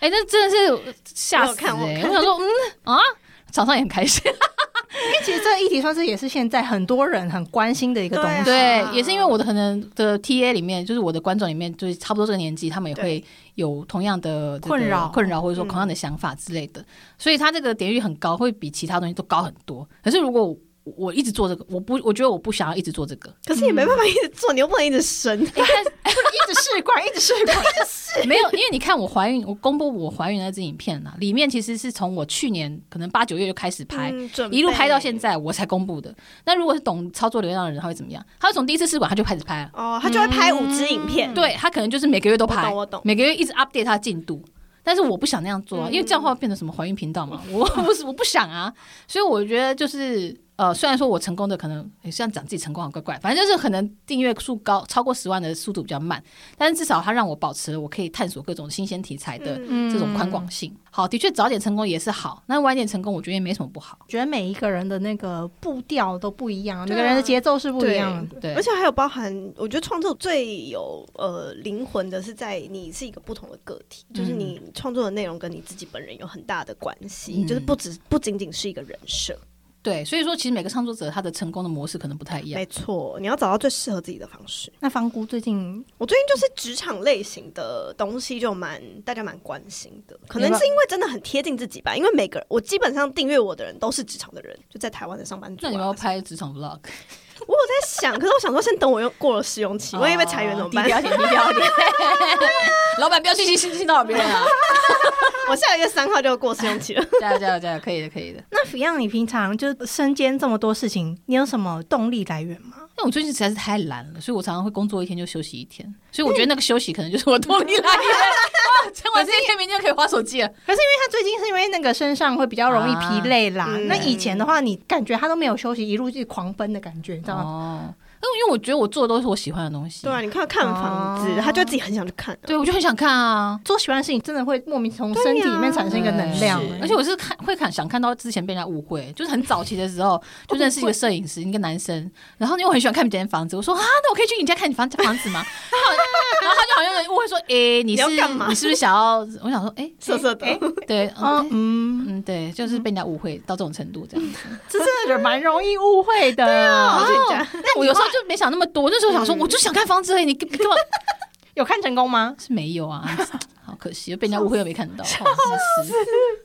Speaker 1: 哎、那真的是吓死、欸！
Speaker 4: 我有看我有看
Speaker 1: 我想说，嗯啊，厂商也很开心。
Speaker 2: 因为其实这个议题算是也是现在很多人很关心的一个东西。
Speaker 1: 对
Speaker 4: 啊，
Speaker 1: 也是因为我的可能的 TA 里面，就是我的观众里面，就是差不多这个年纪，他们也会有同样的这个
Speaker 2: 困扰
Speaker 1: 困扰或者说
Speaker 4: 嗯
Speaker 1: 同样的想法之类的，所以他这个点击率很高，会比其他东西都高很多。可是如果我我一直做这个，我不，我觉得我不想要一直做这 个，
Speaker 4: 可是也没办法一直做，你又不能一直生。
Speaker 2: 一直试管，一直试管，
Speaker 1: 没有，因为你看我怀孕，我公布我怀孕的那支影片啊，里面其实是从我去年可能八九月就开始拍，
Speaker 4: 嗯准备
Speaker 1: 一路拍到现在，我才公布的。那如果是懂操作流量的人，他会怎么样？他会从第一次试管他就开始拍了，
Speaker 4: 哦，他就会拍五支影片，
Speaker 1: 嗯对他可能就是每个月都
Speaker 4: 嗯我
Speaker 1: 拍
Speaker 4: 懂，我懂。
Speaker 1: 每个月一直 update 它的进度。但是我不想那样做啊，
Speaker 4: 嗯
Speaker 1: 因为这样的话变成什么怀孕频道 嘛，我我不是我不想啊，所以我觉得就是呃，虽然说我成功的可能也这样讲自己成功好怪怪，反正就是可能订阅数高超过十万的速度比较慢，但是至少它让我保持了我可以探索各种新鲜题材的
Speaker 4: 嗯
Speaker 2: 嗯
Speaker 1: 这种宽广性。好，的确早点成功也是好，那晚点成功我觉得也没什么不好。
Speaker 2: 觉得每一个人的那个步调都不一样，
Speaker 4: 对啊
Speaker 2: 每个人的节奏是不一样的。
Speaker 1: 对
Speaker 4: 而，且还有包含，我觉得创作最有呃灵魂的是在你是一个不同的个体，
Speaker 1: 嗯
Speaker 4: 就是你创作的内容跟你自己本人有很大的关系，
Speaker 1: 嗯
Speaker 4: 就是不只不仅仅是一个人设，
Speaker 1: 对，所以说其实每个创作者他的成功的模式可能不太一样
Speaker 4: 没。错，你啊要找到最适合自己的方式。
Speaker 2: 那方姑最近
Speaker 4: 我最近就是职场类型的东西就蛮大家蛮关心的，可能
Speaker 2: 你吧
Speaker 4: 是因为真的很贴近自己吧，因为每个人我基本上订阅我的人都是职场的人，就在台湾的上班族、
Speaker 1: 那
Speaker 4: 啊。
Speaker 1: 你们要拍职场 vlog？
Speaker 4: 我有在想，可是我想说，先等我又过了试用期，万一被裁员怎么办
Speaker 1: 哦低？调一点，低调一点。老板不要去信信到扰别人 啊！
Speaker 4: 我下个月三号就过试用 期了。
Speaker 1: 加油，加油，加油！可以的，可以的。
Speaker 2: 那 Fion，你平常就身兼这么多事情，你有什么动力来源吗？
Speaker 1: 但我最近实在是太懒了，所以我常常会工作一天就休息一天，所以我觉得那个休息可能就是我动力来 源。哇，前完这一天，明天就可以划手机了。
Speaker 2: 可是因为他最近是因为那个身上会比较容易疲累啦。
Speaker 4: 啊嗯
Speaker 2: 那以前的话，你感觉他都没有休息，一路就是狂奔的感觉，你知道吗？
Speaker 1: 哦，那因为我觉得我做的都是我喜欢的东西。
Speaker 4: 对啊，你看看房子，他就自己很想去看啊。
Speaker 1: 对，我就很想看啊。
Speaker 2: 做喜欢的事情真的会莫名从身体里面产生一个能量、
Speaker 1: 对
Speaker 2: 欸
Speaker 1: 而且我是看会看想看到之前被人家误会，就是很早期的时
Speaker 4: 哦
Speaker 1: 候就认识一个摄影师，一个男生，然后因为我很喜欢看别人房子，我说啊，那我可以去你家看你房房子吗？ 然后他就好像有点误会说，诶，你
Speaker 4: 你
Speaker 1: 是
Speaker 4: 要干嘛
Speaker 1: 你是不是想要？我想说，诶，
Speaker 4: 色色的，
Speaker 1: 对，
Speaker 2: 哦
Speaker 1: 嗯，
Speaker 2: 嗯，
Speaker 1: 嗯，对，就是被人家误会到这种程度这样子。
Speaker 2: 这真的蛮容易误会 的。哦
Speaker 4: 跑去
Speaker 2: 啊
Speaker 4: 你家
Speaker 1: 哦
Speaker 4: 嗯
Speaker 1: 那我有时候就没想那么多，那时候想说，我就想看房子而已，你根本
Speaker 2: 有看成功吗？
Speaker 1: 是没有啊，好可惜，被人家误会又没看 到，好真是。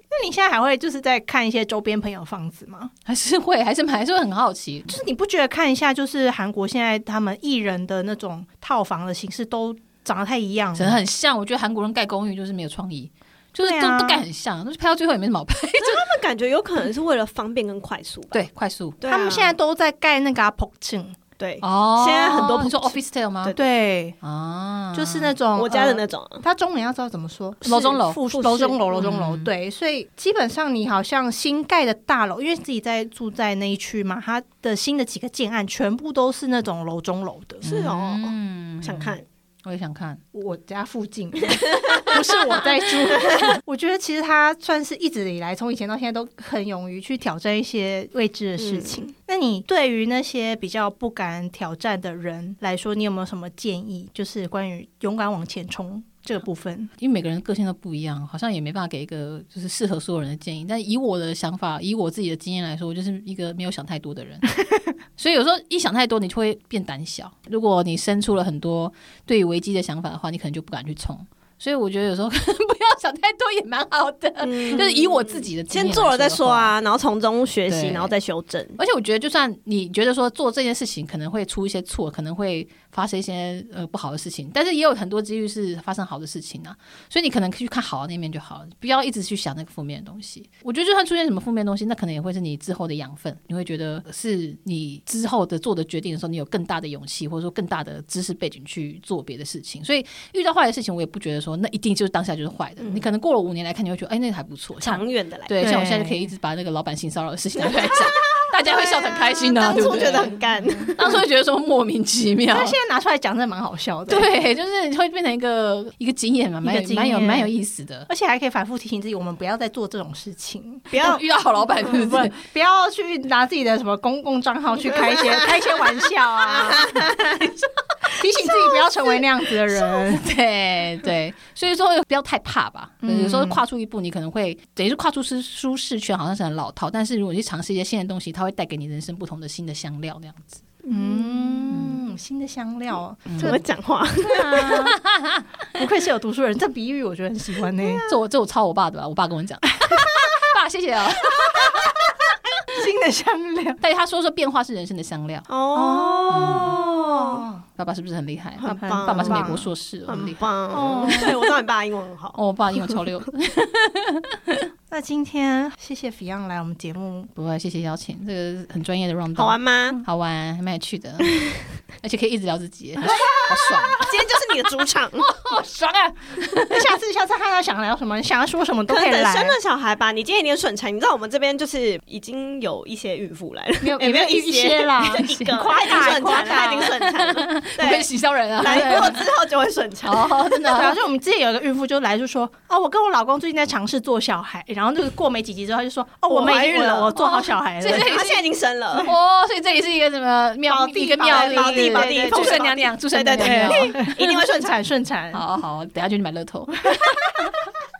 Speaker 2: 那你现在还会就是在看一些周边朋友房子吗？
Speaker 1: 还是会，还是还是会很好奇。
Speaker 2: 就是你不觉得看一下，就是韩国现在他们艺人的那种套房的形式都长得太一样
Speaker 1: 真的
Speaker 2: 了？
Speaker 1: 很像。我觉得韩国人盖公寓就是没有创意，就是
Speaker 2: 对
Speaker 1: 都、
Speaker 2: 啊
Speaker 1: 都盖很像，就是拍到最后也没什么好拍。
Speaker 4: 他们感觉有可能是为了方便跟快速吧。
Speaker 1: 对，快速
Speaker 4: 对啊，
Speaker 2: 他们现在都在盖那个啊 p o c h i n
Speaker 4: 对，
Speaker 1: 哦
Speaker 4: 现在很多
Speaker 1: 你说 office tale 吗？
Speaker 4: 对
Speaker 2: 对，
Speaker 1: 啊，
Speaker 2: 就是那种
Speaker 4: 我家的。
Speaker 2: 呃
Speaker 4: 那
Speaker 1: 哦
Speaker 4: 种啊，
Speaker 2: 它中文要知道怎么说？
Speaker 1: 楼中楼
Speaker 2: 复
Speaker 4: 复式
Speaker 2: 楼中楼，楼中楼。
Speaker 1: 嗯
Speaker 2: 对，所以基本上你好像新盖的大楼，因为自己在住在那一区嘛，它的新的几个建案全部都是那种楼中楼的。
Speaker 4: 是哦，
Speaker 1: 嗯
Speaker 4: 想，看。
Speaker 1: 我也想看。
Speaker 2: 我家附近， 不是我在住。 我觉得其实他算是一直以来，从以前到现在都很勇于去挑战一些未知的事情。
Speaker 4: 嗯
Speaker 2: 那你对于那些比较不敢挑战的人来说，你有没有什么建议？就是关于勇敢往前冲这个 部分。
Speaker 1: 因为每个人个性都不一样，好像也没办法给一个就是适合所有人的建议。但以我的想法，以我自己的经验来说，我就是一个没有想太多的人，所以有时候一想太多，你就会变胆小。如果你生出了很多对于危机的想法的话，你可能就不敢去冲。所以我觉得有时候 不要想太多也蛮好的，
Speaker 4: 嗯
Speaker 1: 就是以我自己的经验
Speaker 4: 先做了再
Speaker 1: 来说
Speaker 4: 说
Speaker 1: 的话。
Speaker 4: 啊，然后从中学习，
Speaker 1: 对
Speaker 4: 然后再修正。
Speaker 1: 而且我觉得，就算你觉得说做这件事情可能会出一些错，可能会发生一些呃不好的事情，但是也有很多机遇是发生好的事情啊。所以你可能去看好的那面就好了，不要一直去想那个负面的东西。我觉得，就算出现什么负面的东西，那可能也会是你之后的养分，你会觉得是你之后的做的决定的时候，你有更大的勇气，或者说更大的知识背景去做别的事情。所以遇到坏的事情，我也不觉得说那一定就是当下就是坏的。
Speaker 4: 嗯
Speaker 1: 你可能过了五年来看，你会觉得哎，那个还不错，像
Speaker 4: 长远的来，
Speaker 1: 对，
Speaker 2: 对
Speaker 1: 像我现在就可以一直把那个老板性骚扰的事情拿出来讲，大家会笑得很开心的、
Speaker 4: 啊当
Speaker 1: 对不
Speaker 4: 初
Speaker 1: 对？
Speaker 4: 觉得很干，
Speaker 1: 当初就觉得说莫名其妙
Speaker 2: 但。现在拿出来讲，真的蛮好笑的。。
Speaker 1: 对，就是会变成一个一个经验嘛，蛮
Speaker 2: 一个
Speaker 1: 有
Speaker 2: 经
Speaker 1: 蛮有
Speaker 2: 验
Speaker 1: 蛮有意思的。
Speaker 2: 而且还可以反复提醒自己，我们不要再做这种事情，
Speaker 4: 不要
Speaker 1: 遇到好老板，是
Speaker 2: 不
Speaker 1: 不是？
Speaker 2: 不要去拿自己的什么公共账号去开一些开一些玩笑啊，提醒自己不要成为那样子的人。
Speaker 1: 对对，所以说不要太怕吧。
Speaker 2: 嗯
Speaker 1: 有时候跨出一步，你可能会等于是跨出舒舒适圈，好像是很老套，但是如果你去尝试一些新的东西，它会带给你人生不同的新的香料那样子。
Speaker 2: 嗯，新的香料哦，这
Speaker 4: 怎
Speaker 2: 个
Speaker 4: 么讲话？
Speaker 2: 对啊，不愧是有读书人，这比喻我觉得很喜欢呢、
Speaker 1: 这我这我抄我爸的吧，我爸跟我讲， 爸谢谢哦。
Speaker 2: 新的香料
Speaker 1: 但是他说说变化是人生的香料，
Speaker 4: 哦，
Speaker 2: 哦，
Speaker 1: 爸爸是不是很厉害？
Speaker 4: 很棒，
Speaker 1: 爸爸是美
Speaker 2: 很
Speaker 1: 国
Speaker 2: 棒
Speaker 1: 硕士，很厉
Speaker 4: 很
Speaker 1: 害。
Speaker 4: 棒。对，我知道你爸英文很好。
Speaker 1: 哦，我爸英文超溜，
Speaker 2: 那今天谢谢 Fion 来我们节目，
Speaker 1: 不会，谢谢邀请，这个很专业的 round，
Speaker 4: 好玩，吗？
Speaker 1: 好玩，还蛮有趣 的，而且可以一直聊自己，好爽，啊
Speaker 4: 今天就是你的主场，
Speaker 1: 好爽 啊！
Speaker 2: 那下次下次看他想聊什么，想要说什么都
Speaker 4: 可
Speaker 2: 可以
Speaker 4: 能等
Speaker 2: 来
Speaker 4: 生。了小孩吧。你今天一定顺产，你知道我们这边就是已经有一些孕妇来了，
Speaker 2: 没 有
Speaker 4: 也
Speaker 2: 也没有一些啦
Speaker 4: 一个
Speaker 2: 夸大
Speaker 4: 她已经顺
Speaker 2: 夸大
Speaker 4: 产了，她已经顺产了。
Speaker 1: 不会
Speaker 4: 对，
Speaker 1: 洗消人啊，
Speaker 4: 来过之后就会顺产。
Speaker 1: 哦，真的
Speaker 2: 对啊，
Speaker 1: 啊，
Speaker 2: 就我们之前有一个孕妇就来就说啊，我跟我老公最近在尝试做小孩，然后就是过没几集之后他就说哦，
Speaker 4: 我
Speaker 2: 我们已
Speaker 4: 怀
Speaker 2: 经
Speaker 4: 孕了
Speaker 2: 我做好小孩
Speaker 1: 这
Speaker 2: 了
Speaker 1: 是。
Speaker 4: 她现在已经生了。
Speaker 1: 哦，所以这里是一个什么妙
Speaker 4: 宝
Speaker 1: 一
Speaker 4: 地
Speaker 1: 个妙
Speaker 4: 宝地宝地
Speaker 1: 祝
Speaker 4: 祝
Speaker 1: 圣
Speaker 4: 圣
Speaker 1: 娘
Speaker 4: 娘
Speaker 1: 娘，
Speaker 4: 娘
Speaker 1: 祝
Speaker 4: 圣
Speaker 1: 圣娘
Speaker 4: 娘娘
Speaker 1: 娘。
Speaker 2: 一定会顺产顺产。
Speaker 1: 好好，等下就去买乐透。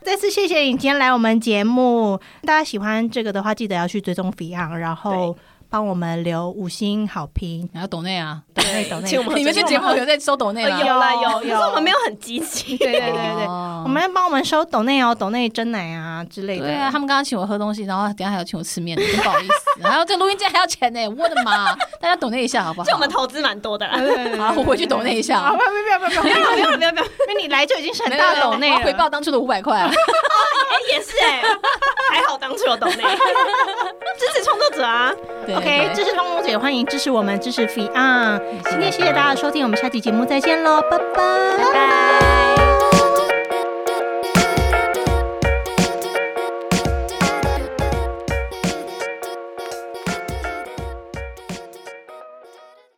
Speaker 2: 再次谢谢你今天来我们节目，大家喜欢这个的话，记得要去追踪 Beyond，然后。帮我们留五星好评，
Speaker 1: 然后抖内啊，
Speaker 2: 抖内抖内
Speaker 4: 请我们
Speaker 1: 你们这节目有在收抖内啊
Speaker 4: 呃
Speaker 1: 啦？
Speaker 4: 有啦有，可
Speaker 2: 有
Speaker 4: 是我们没有很积 极。
Speaker 2: 对对对对对，
Speaker 1: 哦
Speaker 2: 我们要帮我们收抖内哦，抖内真奶啊之类的。
Speaker 1: 对啊，他们刚刚请我喝东西，然后等一下还要请我吃面，真不好意思。然后这录音间还要钱 呢，我的妈！大家抖那一下好不好？
Speaker 4: 就我们投资蛮多的 啦，
Speaker 1: 好， 我回去抖那一
Speaker 2: 啊，
Speaker 1: 下
Speaker 2: 不。不不不不，
Speaker 4: 没有没有没有没有，
Speaker 2: 因为你来就已经是很
Speaker 1: 没有
Speaker 2: 大
Speaker 1: 没
Speaker 2: 的
Speaker 1: 有
Speaker 2: 抖内
Speaker 1: 我要回
Speaker 2: 了。
Speaker 1: 报当初的五百块。啊
Speaker 4: 哎、也是哎、还好当初有懂内， 支持创作者啊，
Speaker 1: 对
Speaker 2: OK，
Speaker 1: 对
Speaker 2: 支持风姐，也欢迎支持我们，支持 Fion。今天谢谢大家的收听，我们下期节目再见喽，拜拜。
Speaker 4: 拜拜。